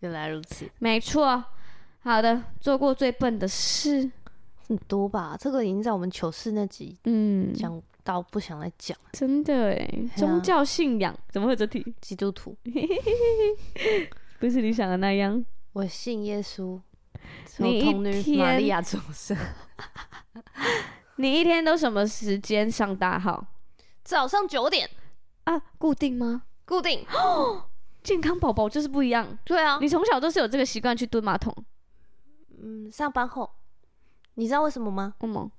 Speaker 1: 原来如此，
Speaker 2: 没错，好的，做过最笨的事，
Speaker 1: 很多吧？这个已经在我们糗事那集
Speaker 2: 嗯，
Speaker 1: 讲到不想啊再讲。
Speaker 2: 真的哎，宗教信仰怎么会有这题？
Speaker 1: 基督徒，
Speaker 2: 不是你想的那样。
Speaker 1: 我信耶稣，从
Speaker 2: 你一
Speaker 1: 童女玛利
Speaker 2: 天
Speaker 1: 亚出生。
Speaker 2: 你一天都什么时间上大号
Speaker 1: 早上九点
Speaker 2: 啊？固定吗？
Speaker 1: 固 定。
Speaker 2: 健康宝宝就是不一样，
Speaker 1: 对啊，
Speaker 2: 你从小都是有这个习惯去蹲马桶，
Speaker 1: 嗯，上班后，你知道为什么吗？
Speaker 2: 哦吗？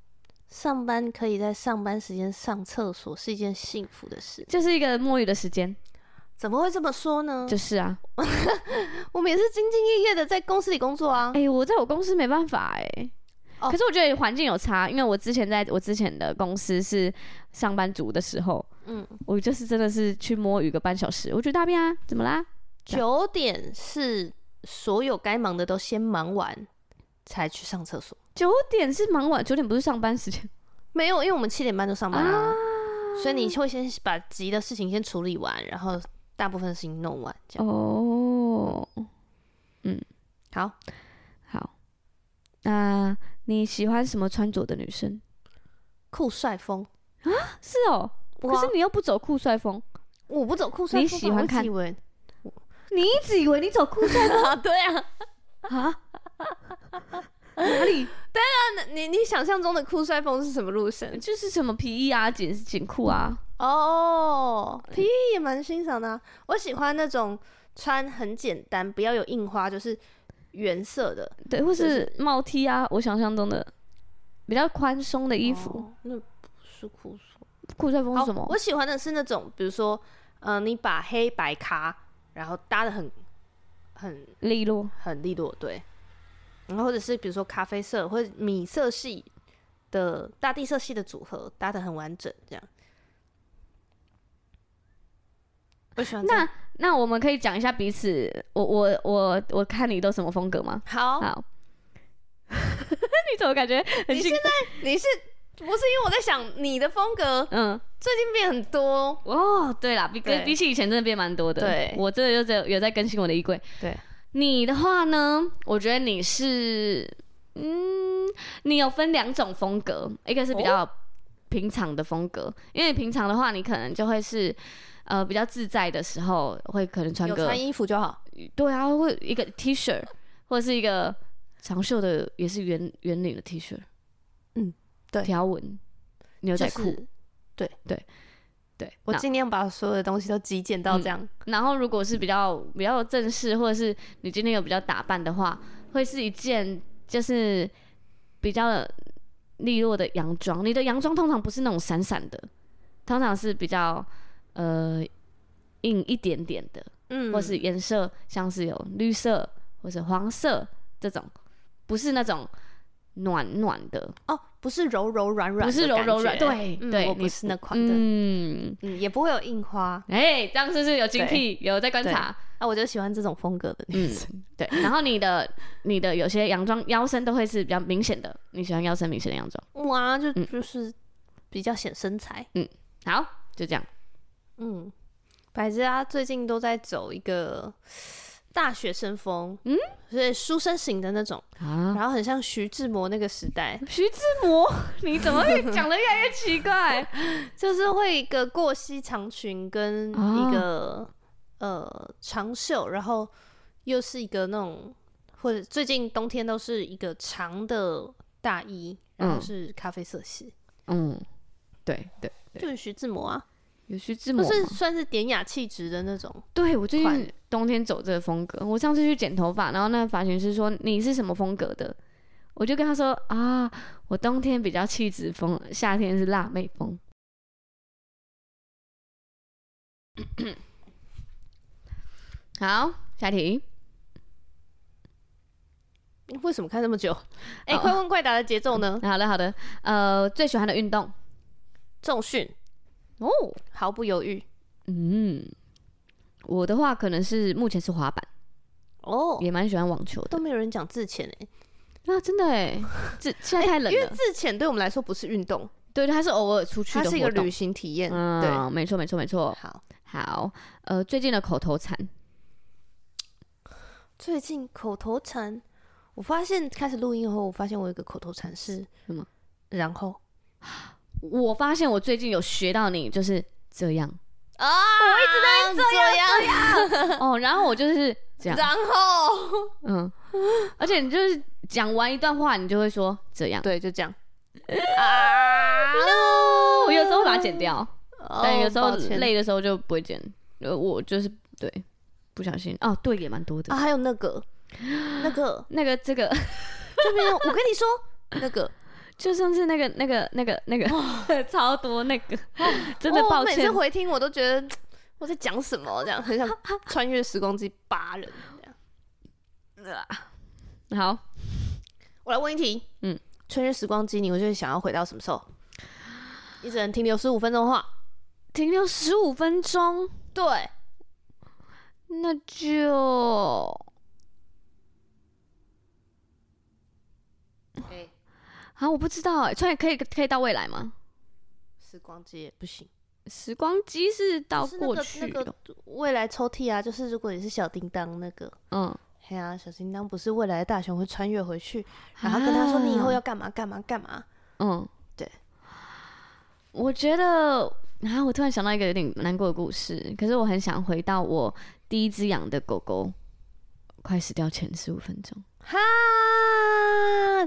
Speaker 1: 上班可以在上班时间上厕所是一件幸福的事。
Speaker 2: 就是一个摸鱼的时间，
Speaker 1: 怎么会这么说呢？
Speaker 2: 就是啊。
Speaker 1: 我们也是兢兢业业的在公司里工作啊。
Speaker 2: 哎、我在我公司没办法哎、
Speaker 1: 哦
Speaker 2: 可是我觉得环境有差，因为我之前在我之前的公司是上班族的时候，
Speaker 1: 嗯，
Speaker 2: 我就是真的是去摸鱼个半小时，我去大便啊，怎么啦？
Speaker 1: 九点是所有该忙的都先忙完，才去上厕所。
Speaker 2: 九点是忙完，九点不是上班时间
Speaker 1: 没有，因为我们七点半就上班啦、所以你会先把急的事情先处理完，然后大部分事情弄完，这样。
Speaker 2: 哦。
Speaker 1: 好，
Speaker 2: 好，那你喜欢什么穿着的女生？
Speaker 1: 酷帅风，
Speaker 2: 是哦，可
Speaker 1: 哇
Speaker 2: 是你又不走酷帅风，
Speaker 1: 我不走酷帅风吧，
Speaker 2: 你喜欢
Speaker 1: 我一直
Speaker 2: 看
Speaker 1: 以为
Speaker 2: 你一直以为你走酷帅
Speaker 1: 啊，对啊，
Speaker 2: 啊？哪里？
Speaker 1: 那你你想象中的酷帅风是什么路线？
Speaker 2: 就是什么皮衣啊、紧紧裤啊？
Speaker 1: 哦，皮衣也蛮欣赏的啊、我喜欢那种穿很简单，不要有印花，就是原色的
Speaker 2: 对，或
Speaker 1: 就是
Speaker 2: 帽 T 啊，我想象中的比较宽松的衣服。
Speaker 1: 哦那不是酷帅。
Speaker 2: 酷帅风是什么
Speaker 1: 好？我喜欢的是那种，比如说，嗯、你把黑白咖，然后搭的很很
Speaker 2: 利落。
Speaker 1: 很利落，对。然后或者是比如说咖啡色或者米色系的大地色系的组合，搭的很完整，这样。我喜欢这样
Speaker 2: 那那我们可以讲一下彼此，我我我我看你都什么风格吗？
Speaker 4: 好，
Speaker 2: 好， 你怎么感觉很兴奋？
Speaker 4: 你是不是因为我在想你的风格
Speaker 2: 嗯，
Speaker 4: 最近变很多？
Speaker 2: 哦，对啦，比跟
Speaker 4: 对
Speaker 2: 比起以前真的变蛮多的。
Speaker 1: 对
Speaker 2: 我这个就有有在更新我的衣柜。
Speaker 1: 对，
Speaker 2: 你的话呢？我觉得你是，嗯，你有分两种风格，一个是比较平常的风格，因为平常的话，你可能就会是。呃，比较自在的时候，会可能穿
Speaker 1: 有
Speaker 2: 个
Speaker 1: 穿衣服就好。
Speaker 2: 对啊，会一个 T 恤或者是一个长袖的，也是圆圆领的 T 恤，
Speaker 1: 嗯，对
Speaker 2: 条纹牛仔
Speaker 1: 就
Speaker 2: 裤，
Speaker 1: 是
Speaker 2: 对。
Speaker 1: 我
Speaker 2: 那嗯
Speaker 1: 尽量把所有的东西都极简到这样。
Speaker 2: 然后如果是比较比较正式，或者是你今天有比较打扮的话，会是一件就是比较利落的洋装。你的洋装通常不是那种闪闪的，通常是比较呃硬一点点的，
Speaker 4: 嗯
Speaker 2: 或是颜色像是有绿色或者黄色这种，不是那种暖暖的，
Speaker 1: 哦，不是柔柔软软，
Speaker 2: 不是柔柔软，，对、
Speaker 1: 嗯
Speaker 2: 对，
Speaker 1: 我
Speaker 2: 你
Speaker 1: 不是那款的，
Speaker 2: 嗯，
Speaker 1: 嗯，也不会有印花
Speaker 2: 哎、这样是不是有警惕？有在观察？
Speaker 1: 啊，我就喜欢这种风 格的女
Speaker 2: 嗯
Speaker 1: 生。，
Speaker 2: 对。然后你的你的有些洋装腰身都会是比较明显的，你喜欢腰身明显的洋装。
Speaker 1: 哇，就
Speaker 2: 嗯
Speaker 1: 就是比较显身材。
Speaker 2: 好，就这样。
Speaker 1: 嗯，百吉拉最近都在走一个大学生风，嗯，是书生型的那种，
Speaker 2: 啊，
Speaker 1: 然后很像徐志摩那个时代，
Speaker 2: 徐志摩，你怎么会讲的越来越奇怪？
Speaker 1: 就是会一个过膝长裙跟
Speaker 2: 哦
Speaker 1: 一个、呃长袖，然后又是一个那种或者最近冬天都是一个长的大衣，然后
Speaker 2: 嗯
Speaker 1: 是咖啡色系，
Speaker 2: 嗯，对对，
Speaker 1: 就是徐志摩啊，
Speaker 2: 有徐志
Speaker 1: 不
Speaker 2: 摩吗。
Speaker 1: 是算是典雅气质的那种。
Speaker 2: 对我最
Speaker 1: 款
Speaker 2: 近冬天走这个风格，我上次去剪头发，然后那个发型师说你是什么风格的，我就跟他说啊，我冬天比较气质风，夏天是辣妹风。 好，下题。
Speaker 1: 为什么看那么久？哎、
Speaker 2: 哦
Speaker 1: 快问快答的节奏呢？
Speaker 2: 好的，好的。呃，最喜欢的运动
Speaker 1: 重训，
Speaker 2: 哦，
Speaker 1: 毫不犹豫。
Speaker 2: 嗯，我的话可能是目前是滑板，
Speaker 1: 哦，
Speaker 2: 也蛮喜欢网球的
Speaker 1: 都。没有人讲自潜哎、
Speaker 2: 啊，真的哎，这现在太冷
Speaker 1: 因为
Speaker 2: 了。
Speaker 1: 自潜对我们来说不是运动，
Speaker 2: 对，它是偶尔出去
Speaker 1: 它
Speaker 2: 的
Speaker 1: 是一个
Speaker 2: 活动
Speaker 1: 旅。行体验。
Speaker 2: 嗯，没错，没错，没
Speaker 1: 对，
Speaker 2: 错。
Speaker 1: 好，
Speaker 2: 好，呃，最近的口头禅，
Speaker 1: 最近口头禅，我发现开始录音后，我发现我有一个口头禅是
Speaker 2: 什么？
Speaker 1: 然后
Speaker 2: 我发现我最近有学到你就是这 样
Speaker 1: 啊，我一直都这样这样，
Speaker 2: 哦，然后我就是这样，
Speaker 1: 然后
Speaker 2: 嗯，而且你就是讲完一段话，你就会说这样，
Speaker 1: 对，就 这样。啊
Speaker 2: 我有时候会把它剪掉，但
Speaker 1: 哦
Speaker 2: 有时候
Speaker 1: 抱歉
Speaker 2: 累的时候就不会剪，呃，我就是对不小心哦，对，也蛮多的
Speaker 1: 啊，。还有那个那个
Speaker 2: 那个这个
Speaker 1: 这边，我跟你说那个，
Speaker 2: 就像是那个那个那个那个 超多那个， 真的
Speaker 1: 哦
Speaker 2: 抱
Speaker 1: 我每
Speaker 2: 歉
Speaker 1: 次，回听我都觉得我在讲什么，这样很 想穿越时光机扒人。这样
Speaker 2: 好，
Speaker 1: 我来问一题，
Speaker 2: 嗯，
Speaker 1: 穿越时光机，你会最想要回到什么时候？你只能停留十五分钟的话，
Speaker 2: 停留十五分钟。
Speaker 1: 对，
Speaker 2: 那就，
Speaker 1: 哎
Speaker 2: 啊，我不知道哎，穿越可以可以到未来吗？
Speaker 1: 时光机也不行，
Speaker 2: 时光机是到
Speaker 1: 就是那
Speaker 2: 过
Speaker 1: 个
Speaker 2: 去
Speaker 1: 那
Speaker 2: 的，
Speaker 1: 个未来抽屉啊，就是如果你是小叮当那个，
Speaker 2: 嗯，
Speaker 1: 嘿啊，小叮当不是未来的大雄会穿越回去，然后跟他说
Speaker 2: 啊
Speaker 1: 你以后要干嘛干嘛干嘛，
Speaker 2: 嗯，
Speaker 1: 对。
Speaker 2: 我觉得啊，我突然想到一个有点难过的故事，可是我很想回到我第一只养的狗狗快死掉前十五分钟。
Speaker 1: 哈，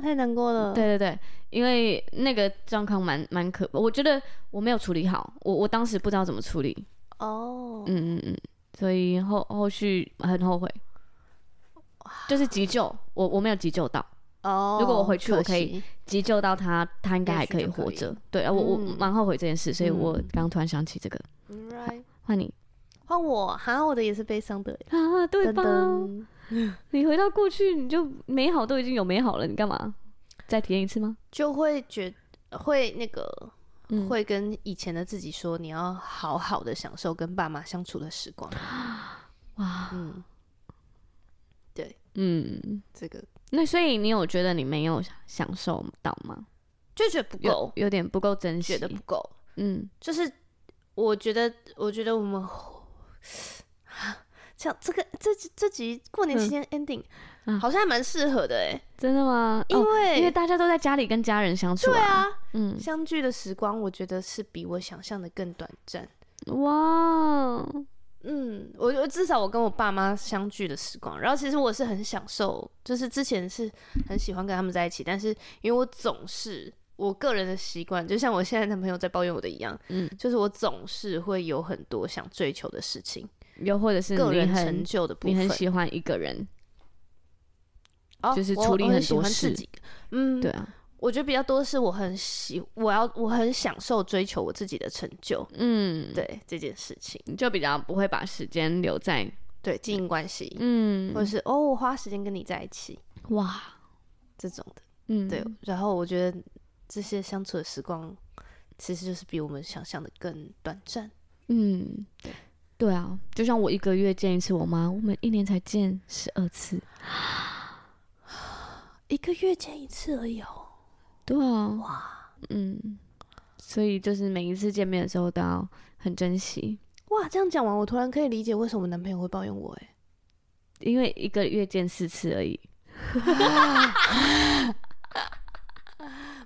Speaker 1: 太难过了，
Speaker 2: 对对对，因为那个状况蛮蛮可，我觉得我没有处理好，我我当时不知道怎么处理，
Speaker 1: 哦，
Speaker 2: 嗯嗯嗯，所以后后续很后悔，就是急救，我我没有急救到，
Speaker 1: 哦，
Speaker 2: 如果我回去我可以
Speaker 1: 惜，
Speaker 2: 急救到他，他应该还可以活
Speaker 1: 也许就
Speaker 2: 着。对啊，我我
Speaker 1: 嗯
Speaker 2: 蛮后悔这件事，所以我刚突然想起这个。
Speaker 1: Right，
Speaker 2: 换你
Speaker 1: 换我，哈，我的也是悲伤的耶，
Speaker 2: 啊，对
Speaker 1: 噔
Speaker 2: 吧？
Speaker 1: 噔，
Speaker 2: 你回到过去，你就美好都已经有美好了，你干嘛再体验一次吗？
Speaker 1: 就会觉会那个
Speaker 2: 嗯
Speaker 1: 会跟以前的自己说，你要好好的享受跟爸妈相处的时光。
Speaker 2: 哇，
Speaker 1: 嗯，
Speaker 2: 嗯，
Speaker 1: 这个
Speaker 2: 那所以你有觉得你没有享受到吗？
Speaker 1: 就觉得不
Speaker 2: 有
Speaker 1: 够，
Speaker 2: 有点不够珍惜，
Speaker 1: 觉得不够。
Speaker 2: 嗯，
Speaker 1: 就是我觉得，我觉得我们 像这个这这集过年期间 ending，、
Speaker 2: 嗯
Speaker 1: 好像还蛮适合的哎、
Speaker 2: 真的吗？
Speaker 1: 因
Speaker 2: 哦
Speaker 1: 为、
Speaker 2: 因为大家都在家里跟家人相处
Speaker 1: 对
Speaker 2: 啊，
Speaker 1: 啊，
Speaker 2: 嗯，
Speaker 1: 相聚的时光，我觉得是比我想象的更短暂。
Speaker 2: 哇，哦
Speaker 1: 嗯，我觉得至少我跟我爸妈相聚的时光，然后其实我是很享受，就是之前是很喜欢跟他们在一起，但是因为我总是我个人的习惯，就像我现在男朋友在抱怨我的一样，
Speaker 2: 嗯，
Speaker 1: 就是我总是会有很多想追求的事情，
Speaker 2: 又或者是
Speaker 1: 个
Speaker 2: 你
Speaker 1: 人
Speaker 2: 很
Speaker 1: 成就的部
Speaker 2: 嗯你
Speaker 1: 分，
Speaker 2: 很喜欢一个人，
Speaker 1: 哦
Speaker 2: 就是
Speaker 1: 我
Speaker 2: 处理
Speaker 1: 我很
Speaker 2: 很
Speaker 1: 喜
Speaker 2: 多
Speaker 1: 欢自
Speaker 2: 事
Speaker 1: 己嗯，
Speaker 2: 对啊，
Speaker 1: 我觉得比较多是我很喜，我要我很享受追求我自己的成就，
Speaker 2: 嗯，
Speaker 1: 对这件事情，
Speaker 2: 你就比较不会把时间留在，
Speaker 1: 对经营关系，
Speaker 2: 嗯
Speaker 1: 或者是哦，我花时间跟你在一起
Speaker 2: 哇，
Speaker 1: 这种的。
Speaker 2: 嗯，
Speaker 1: 对，然后我觉得这些相处的时光，其实就是比我们想象的更短暂。
Speaker 2: 嗯，对啊，就像我一个月见一次我妈，我们一年才见十二次。
Speaker 1: 一个月见一次而已哦。
Speaker 2: 对啊，哇，嗯，所以就是每一次见面的时候都要很珍惜，
Speaker 1: 哇，这样讲完，我突然可以理解为什么男朋友会抱怨我哎。
Speaker 2: 因为一个月见四次而已。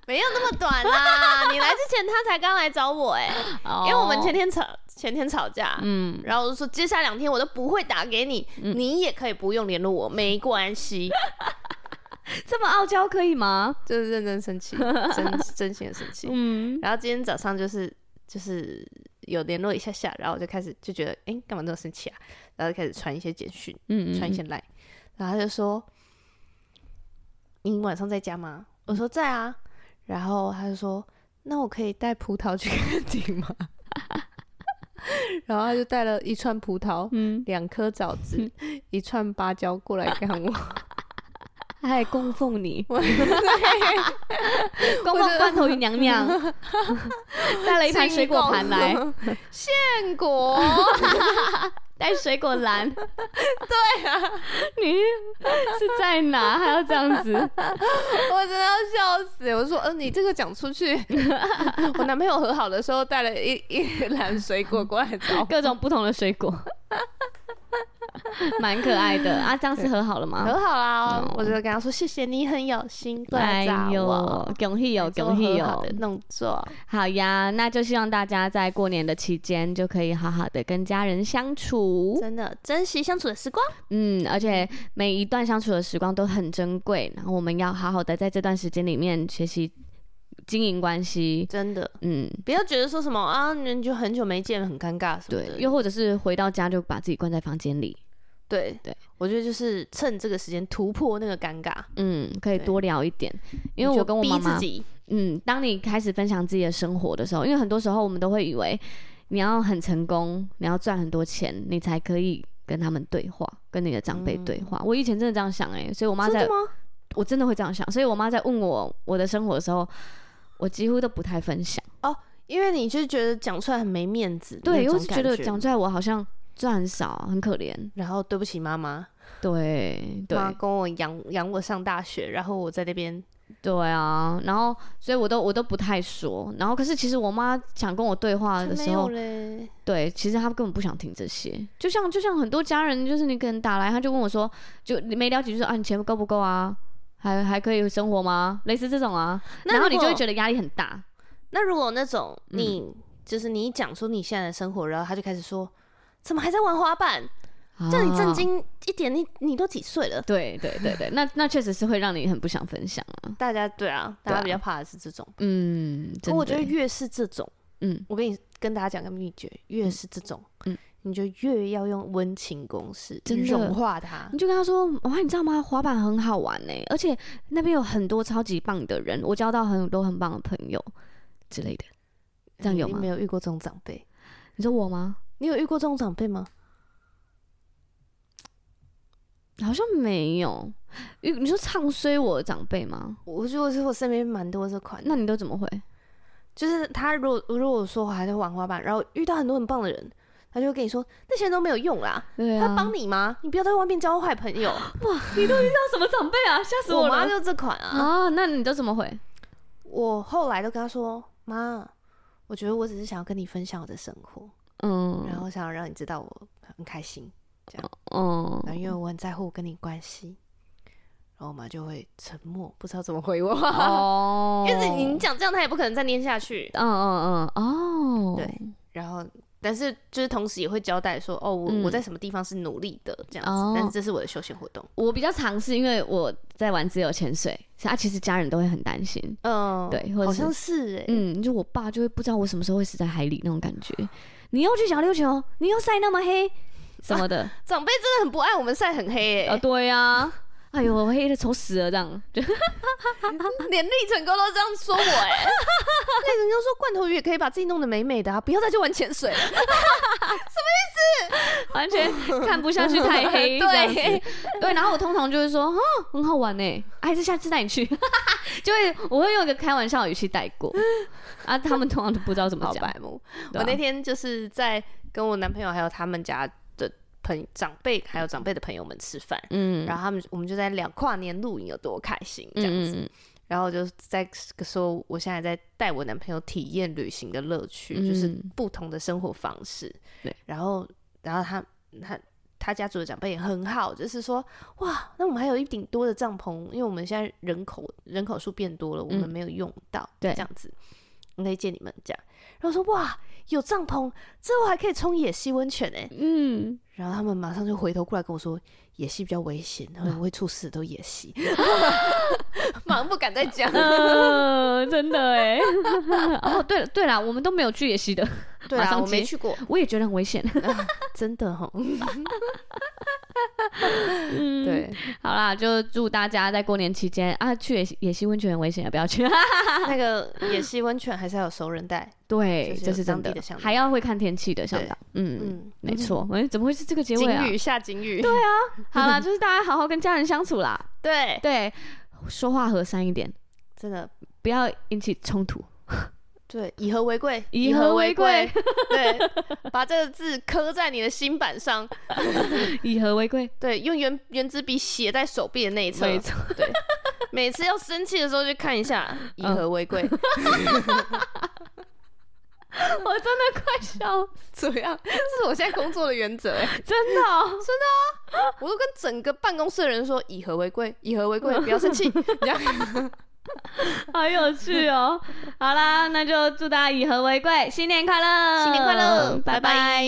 Speaker 1: 没有那么短啦、你来之前他才刚来找我 哎、
Speaker 2: 哦
Speaker 1: 因为我们前天吵前天吵架，
Speaker 2: 嗯，
Speaker 1: 然后我就说接下来两天我都不会打给你，你也可以不用联络我，没关 系。
Speaker 2: 这么傲娇可以吗？
Speaker 1: 就是认真生气，真真心的生气。
Speaker 2: 嗯，
Speaker 1: 然后今天早上就是就是有联络一下下，然后我就开始就觉得，哎、干嘛这么生气啊？然后就开始传一些简讯，
Speaker 2: 嗯
Speaker 1: 传一些来，然后他就说，你晚上在家吗？我说在啊，然后他就说，那我可以带葡萄去看景吗？ 然后他就带了一串葡萄、
Speaker 2: 嗯，
Speaker 1: 两颗枣子、一串芭蕉过来看我。
Speaker 2: 他还供奉哎你，
Speaker 1: 我
Speaker 2: 供奉罐头鱼娘娘，带了一盘水果盘 来，
Speaker 1: 建 国，
Speaker 2: 带水果篮。对啊，你是在哪？还要这样子？
Speaker 1: 我真的要笑死！我说，嗯、你这个讲出去， 我男朋友和好的时候带了一一篮水果过来找
Speaker 2: 各种不同的水果，蛮可爱的啊。这样是和好了
Speaker 1: 我，
Speaker 2: 吗？
Speaker 1: 和好啦、
Speaker 2: 哦
Speaker 1: 我就跟他说，谢谢你很有心过来
Speaker 2: 哎
Speaker 1: 找我，
Speaker 2: 呦，恭喜
Speaker 1: 有
Speaker 2: 哟，恭喜
Speaker 1: 好
Speaker 2: 哟
Speaker 1: 的！动作，
Speaker 2: 好呀，那就希望大家在过年的期间就可以好好的跟家人相处，
Speaker 1: 真的珍惜相处的时光。
Speaker 2: 嗯，而且每一段相处的时光都很珍贵，然后我们要好好的在这段时间里面学习经营关系，
Speaker 1: 真的，
Speaker 2: 嗯，
Speaker 1: 不要觉得说什么啊，你就很久没见，很尴尬什么
Speaker 2: 对
Speaker 1: 的。，
Speaker 2: 又或者是回到家就把自己关在房间里，
Speaker 1: 对
Speaker 2: 对，
Speaker 1: 我觉得就是趁这个时间突破那个尴尬，
Speaker 2: 嗯，可以
Speaker 1: 对
Speaker 2: 多聊一点，因为我跟我
Speaker 1: 你
Speaker 2: 妈
Speaker 1: 就逼
Speaker 2: 妈
Speaker 1: 自，己，
Speaker 2: 嗯，当你开始分享自己的生活的时候，因为很多时候我们都会以为你要很成功，你要赚很多钱，你才可以跟他们对话，跟你的长辈对话。我以前真的这样想哎、所以我妈
Speaker 1: 嗯真
Speaker 2: 在
Speaker 1: 的吗？
Speaker 2: 我真的会这样想，所以我妈在问我我的生活的时候，我几乎都不太分享，
Speaker 1: 因为你就觉得讲出来很没面子，
Speaker 2: 对，
Speaker 1: 那
Speaker 2: 因
Speaker 1: 种
Speaker 2: 为觉
Speaker 1: 感
Speaker 2: 得讲出来我好像赚很少，很可怜，
Speaker 1: 然后对不起妈妈，
Speaker 2: 对对啊
Speaker 1: 妈跟我养养我上大学，然后我在那边
Speaker 2: 对啊，然后所以我都我都不太说，然后可是其实我妈想跟我对话
Speaker 1: 才
Speaker 2: 的
Speaker 1: 没
Speaker 2: 时
Speaker 1: 啊有
Speaker 2: 候，
Speaker 1: 嘞，
Speaker 2: 对，其实他根本不想听这些。就像就像很多家人，就是你可能打来，他就问我说，就你没了解，就是啊，你钱够不够啊？还还可以生活吗？类似这种啊，
Speaker 1: 那
Speaker 2: 然后
Speaker 1: 如
Speaker 2: 你就会
Speaker 1: 果
Speaker 2: 觉得压力很大。
Speaker 1: 那如果那种
Speaker 2: 嗯
Speaker 1: 你、就是你讲出你现在的生活，然后他就开始说，怎么还在玩滑板？叫你震
Speaker 2: 啊。
Speaker 1: 惊一点，你你都几岁了？
Speaker 2: 对对对对，那那确实是会让你很不想分享啊。
Speaker 1: 大家对啊，大
Speaker 2: 对
Speaker 1: 家
Speaker 2: 啊
Speaker 1: 比较怕的是这种。
Speaker 2: 嗯，
Speaker 1: 可
Speaker 2: 真
Speaker 1: 我觉得
Speaker 2: 的，
Speaker 1: 越是这种，
Speaker 2: 嗯，
Speaker 1: 我跟你跟大家讲个秘诀，越是这种，
Speaker 2: 嗯
Speaker 1: 你就越要用温情攻势
Speaker 2: 真的嗯
Speaker 1: 融化它
Speaker 2: 你。就跟他说，哇，你知道吗？滑板很好玩呢、而且那边有很多超级棒的人，我交到很多很棒的朋友之类的。这样有
Speaker 1: 你
Speaker 2: 吗
Speaker 1: 没？有遇过这种长辈？
Speaker 2: 你说我吗？
Speaker 1: 你有遇过这种长辈吗？
Speaker 2: 好像没有。你你说唱衰我的长辈吗？
Speaker 1: 我觉得我是我身边蛮多这款的，
Speaker 2: 那你都怎么回？
Speaker 1: 就是他如果如果说还在玩滑板，然后遇到很多很棒的人，他就会跟你说那些人都没有用啦，
Speaker 2: 对啊
Speaker 1: 他帮你吗？你不要在外面交坏朋 友。
Speaker 2: 你都遇到什么长辈啊？吓死
Speaker 1: 我妈
Speaker 2: 了！
Speaker 1: 就这款啊，
Speaker 2: 啊，那你都怎么回？
Speaker 1: 我后来都跟她说，妈，我觉得我只是想要跟你分享我的生活，
Speaker 2: 嗯，
Speaker 1: 然后想要让你知道我很开心，
Speaker 2: 嗯，
Speaker 1: 然后因为我很在乎我跟你关系。然后我妈就会沉默，不知道怎么回我。
Speaker 2: 哦，
Speaker 1: 因为你讲这样，她也不可能再念下去。
Speaker 2: 嗯嗯嗯，哦，
Speaker 1: 对，然后但是就是同时也会交代说，哦，我、
Speaker 2: 嗯
Speaker 1: 我在什么地方是努力的这样子，
Speaker 2: 哦
Speaker 1: 但是这是我的休闲活动。
Speaker 2: 我比较尝试，因为我在玩自由潜水，所以啊，其实家人都会很担心。
Speaker 1: 嗯，
Speaker 2: 对或者
Speaker 1: 好
Speaker 2: 是
Speaker 1: 像是哎、
Speaker 2: 嗯，就我爸就会不知道我什么时候会死在海里那种感觉。
Speaker 1: 啊
Speaker 2: 你又去小琉球，你又晒那么黑，什 么的。
Speaker 1: 长辈真的很不爱我们晒很黑
Speaker 2: 啊，
Speaker 1: 哎、
Speaker 2: 对呀、哎呦，我黑的丑死了，这样。就
Speaker 1: 连立成哥都这样 说我哎、立成哥说罐头鱼也可以把自己弄得美美的啊，不要再去玩潜水了。
Speaker 2: 完全看不下去，太黑这样 子。
Speaker 1: 对
Speaker 2: 对，然后我通常就是说，哦，很好玩呢，啊还是下次带你去， 就会我会用一个开玩笑的语气带 过，啊，他们通常都不知道怎么
Speaker 1: 好
Speaker 2: 讲
Speaker 1: 白。目！
Speaker 2: 对
Speaker 1: 我
Speaker 2: 啊
Speaker 1: 那天就是在跟我男朋友还有他们家的朋长辈还有长辈的朋友们吃饭，
Speaker 2: 嗯，
Speaker 1: 然后他们我们就在聊跨年露营有多开心这
Speaker 2: 嗯
Speaker 1: 样子，
Speaker 2: 嗯
Speaker 1: 然后就在说我现在在带我男朋友体验旅行的乐趣，
Speaker 2: 嗯
Speaker 1: 就是不同的生活方式。
Speaker 2: 对，
Speaker 1: 然后然后他他他家族的长辈也很好，就是说哇，那我们还有一顶多的帐篷，因为我们现在人口人口数变多了，我们没有用到，
Speaker 2: 嗯对
Speaker 1: 这样子。我可以借你们这样，然后说哇，有帐篷之后还可以冲野溪温泉哎、
Speaker 2: 嗯，
Speaker 1: 然后他们马上就回头过来跟我说，野溪比较危险，然后会出事的都野 溪， 马上不敢再讲。
Speaker 2: 呃，真的哎。 哦，对了对了，我们都没有去野溪的，
Speaker 1: 对
Speaker 2: 马
Speaker 1: 啊，
Speaker 2: 上
Speaker 1: 我没
Speaker 2: 接
Speaker 1: 去过，
Speaker 2: 我也觉得很危险。
Speaker 1: 真的哦 哈。
Speaker 2: 嗯，
Speaker 1: 对，
Speaker 2: 好啦，就祝大家在过年期间啊，去野溪野溪温泉很危险，不要去。
Speaker 1: 那个野溪温泉还是要有熟人带。
Speaker 2: 对，
Speaker 1: 就是
Speaker 2: 这
Speaker 1: 有
Speaker 2: 是真
Speaker 1: 当地
Speaker 2: 的
Speaker 1: 的向，导
Speaker 2: 还要会看天气的向
Speaker 1: 对
Speaker 2: 导。嗯，
Speaker 1: 嗯，
Speaker 2: 没错。哎，怎么会是这个结
Speaker 1: 金
Speaker 2: 尾啊？
Speaker 1: 鱼下金鱼。对
Speaker 2: 好啦，就是大家好好跟家人相处啦，
Speaker 1: 对，
Speaker 2: 对，说话和善一点，
Speaker 1: 真的
Speaker 2: 不要引起冲突。
Speaker 1: 对，以和为贵，
Speaker 2: 以
Speaker 1: 以
Speaker 2: 和
Speaker 1: 和
Speaker 2: 为
Speaker 1: 为贵。 对，把这个字刻在你的心板上。
Speaker 2: 以和为贵，
Speaker 1: 对，用圆圆珠笔写在手臂的内侧。
Speaker 2: 没错，
Speaker 1: 对，每次要生气的时候就看一下，以和为贵。
Speaker 2: 嗯我真的快笑，
Speaker 1: 怎么样？这 是我现在工作的原 则欸。
Speaker 2: 真的哦、
Speaker 1: 我都跟整个办公室的人说，以和为贵，以和为 贵，不要生气。 这样
Speaker 2: 好有趣哦。好啦，那就祝大家以和为贵，新年快乐，
Speaker 1: 新年快乐
Speaker 2: 拜
Speaker 1: 拜
Speaker 2: 拜
Speaker 1: 拜。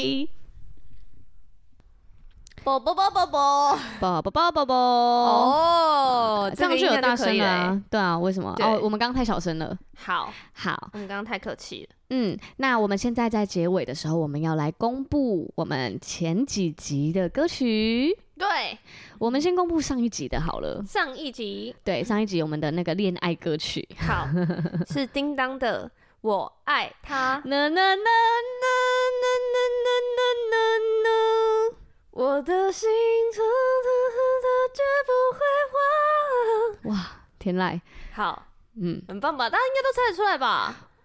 Speaker 1: 啵啵啵啵啵。
Speaker 2: 宝宝宝宝宝，
Speaker 1: 哦，
Speaker 2: 这样就有大声
Speaker 1: 了、
Speaker 2: 了啊。对啊，为什么？
Speaker 1: 对
Speaker 2: 哦，我们刚刚太小声了。
Speaker 1: 好，
Speaker 2: 好，
Speaker 1: 我们刚刚太客气了。
Speaker 2: 嗯，那我们现在在结尾的时候，我们要来公布我们前几集的歌曲。
Speaker 1: 对，
Speaker 2: 我们先公布上一集的好了。
Speaker 1: 上一集
Speaker 2: 对，上一集我们的那个恋爱歌曲，
Speaker 1: 好是叮当的《我爱他》，
Speaker 2: 呐呐呐呐呐呐呐呐
Speaker 1: 我的心疼他他绝
Speaker 2: 呐，哇，天
Speaker 1: 不
Speaker 2: 籁，
Speaker 1: 会忘。好，
Speaker 2: 嗯
Speaker 1: 很棒吧？大家应该都猜得出来吧？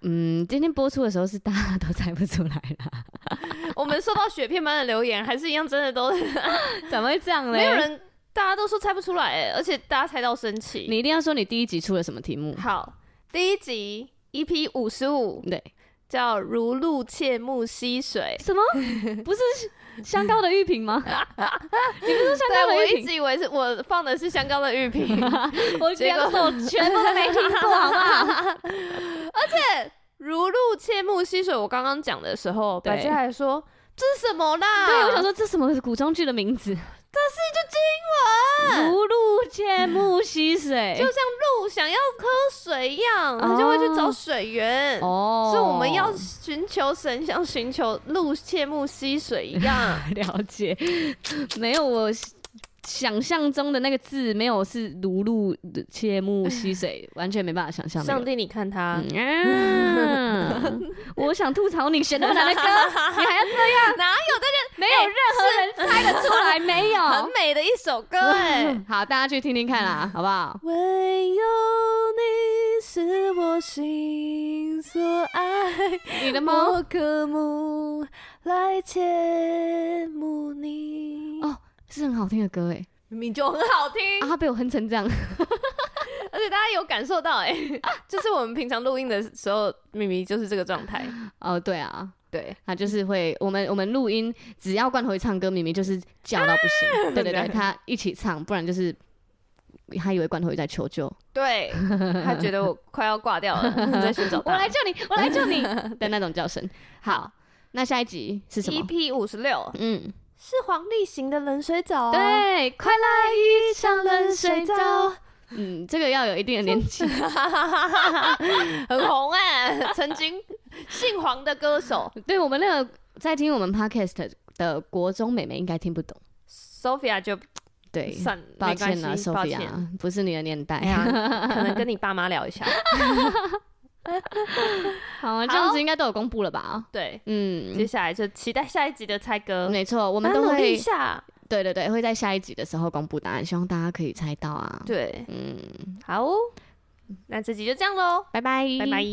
Speaker 2: 嗯，今天播出的时候是大家都猜不出来啦，
Speaker 1: 我们收到雪片般的留言，还是一样，真的都
Speaker 2: 怎么会这样嘞？
Speaker 1: 没有，人，大家都说猜不出来欸，而且大家猜到生气。
Speaker 2: 你一定要说你第一集出了什么题目，
Speaker 1: 好，第一集 EP 五十五
Speaker 2: 对，
Speaker 1: 叫《如露切木溪水》。
Speaker 2: 什么？不是香膏的玉瓶 吗？你不是说香
Speaker 1: 对，
Speaker 2: 膏
Speaker 1: 我
Speaker 2: 的玉
Speaker 1: 一
Speaker 2: 瓶？
Speaker 1: 直以为是我放的是香膏的玉 瓶，
Speaker 2: 我
Speaker 1: 结
Speaker 2: 两
Speaker 1: 果
Speaker 2: 首全部都没听过，啊好不 好？
Speaker 1: 如露切木溪水。我刚刚讲的时候，
Speaker 2: 对
Speaker 1: 百佳还说这是什么啦？
Speaker 2: 对，我想 说这什么古装剧的名 字？
Speaker 1: 这是一句经文，
Speaker 2: 如露见木溪 水，
Speaker 1: 就像鹿想要喝水一样，
Speaker 2: 哦
Speaker 1: 它就会去找水源。
Speaker 2: 哦
Speaker 1: 所以我们要寻求神，像寻求鹿切木溪水一 样。
Speaker 2: 了解，没有我想象中的那个字，没有是如露切木溪水， 完全没办法想象那
Speaker 1: 上
Speaker 2: 个。
Speaker 1: 帝，你看他，
Speaker 2: 嗯啊！ 我想吐槽你选那么难的 歌，你还要这样，
Speaker 1: 哪有这
Speaker 2: 没有任何人猜得出来，没有。
Speaker 1: 个很美的一首歌哎、
Speaker 2: 好，大家去听听看啦，好不好？
Speaker 1: 唯有你是我心曾所爱，
Speaker 2: 你的猫
Speaker 1: 我渴慕来切慕你。
Speaker 2: 哦是很好听的歌哎，
Speaker 1: 明明就很好听，
Speaker 2: 啊，它被我哼成这样，
Speaker 1: 而且大家有感受到哎、 就是我们平常录音的时候，明明就是这个状态。
Speaker 2: 哦，对啊，
Speaker 1: 对，
Speaker 2: 它就是会，我们我们录音，只要罐头一唱歌，明明就是叫到不 行，对对对，他一起唱，不然就是他以为罐头鱼在求救，
Speaker 1: 对他觉得我快要挂掉 了，在寻找
Speaker 2: 我
Speaker 1: 答
Speaker 2: 来
Speaker 1: 案。
Speaker 2: 救你，我来救你 的那种叫声。好，那下一集是什么？
Speaker 1: EP 五十六
Speaker 2: 嗯，
Speaker 1: 是黄立行的冷水澡、啊，，
Speaker 2: 对，
Speaker 1: 快来一场冷水澡，
Speaker 2: 嗯，这个要有一定的年 纪，
Speaker 1: 很红哎、曾经姓黄的歌手
Speaker 2: 对我们那个在听我们 podcast 的国中妹妹应该听不懂，
Speaker 1: Sophia 就
Speaker 2: 对，
Speaker 1: 算
Speaker 2: 抱
Speaker 1: 没关
Speaker 2: 歉啊
Speaker 1: 系，哎抱歉。
Speaker 2: ，Sophia，不是你的年代
Speaker 1: 哎。呀， 可能跟你爸妈聊一下。
Speaker 2: 好啊，这样子应该都有公布了吧？
Speaker 1: 对，接
Speaker 2: 嗯，
Speaker 1: 下来就期待下一集的猜歌，
Speaker 2: 没错，我们
Speaker 1: 大家
Speaker 2: 都
Speaker 1: 努力一
Speaker 2: 会，
Speaker 1: 下。
Speaker 2: 对对对，会在下一集的时候公布答案，希望大家可以猜到啊。
Speaker 1: 对，
Speaker 2: 嗯，
Speaker 1: 好哦，那这集就这样喽，
Speaker 2: 拜拜，
Speaker 1: 拜拜。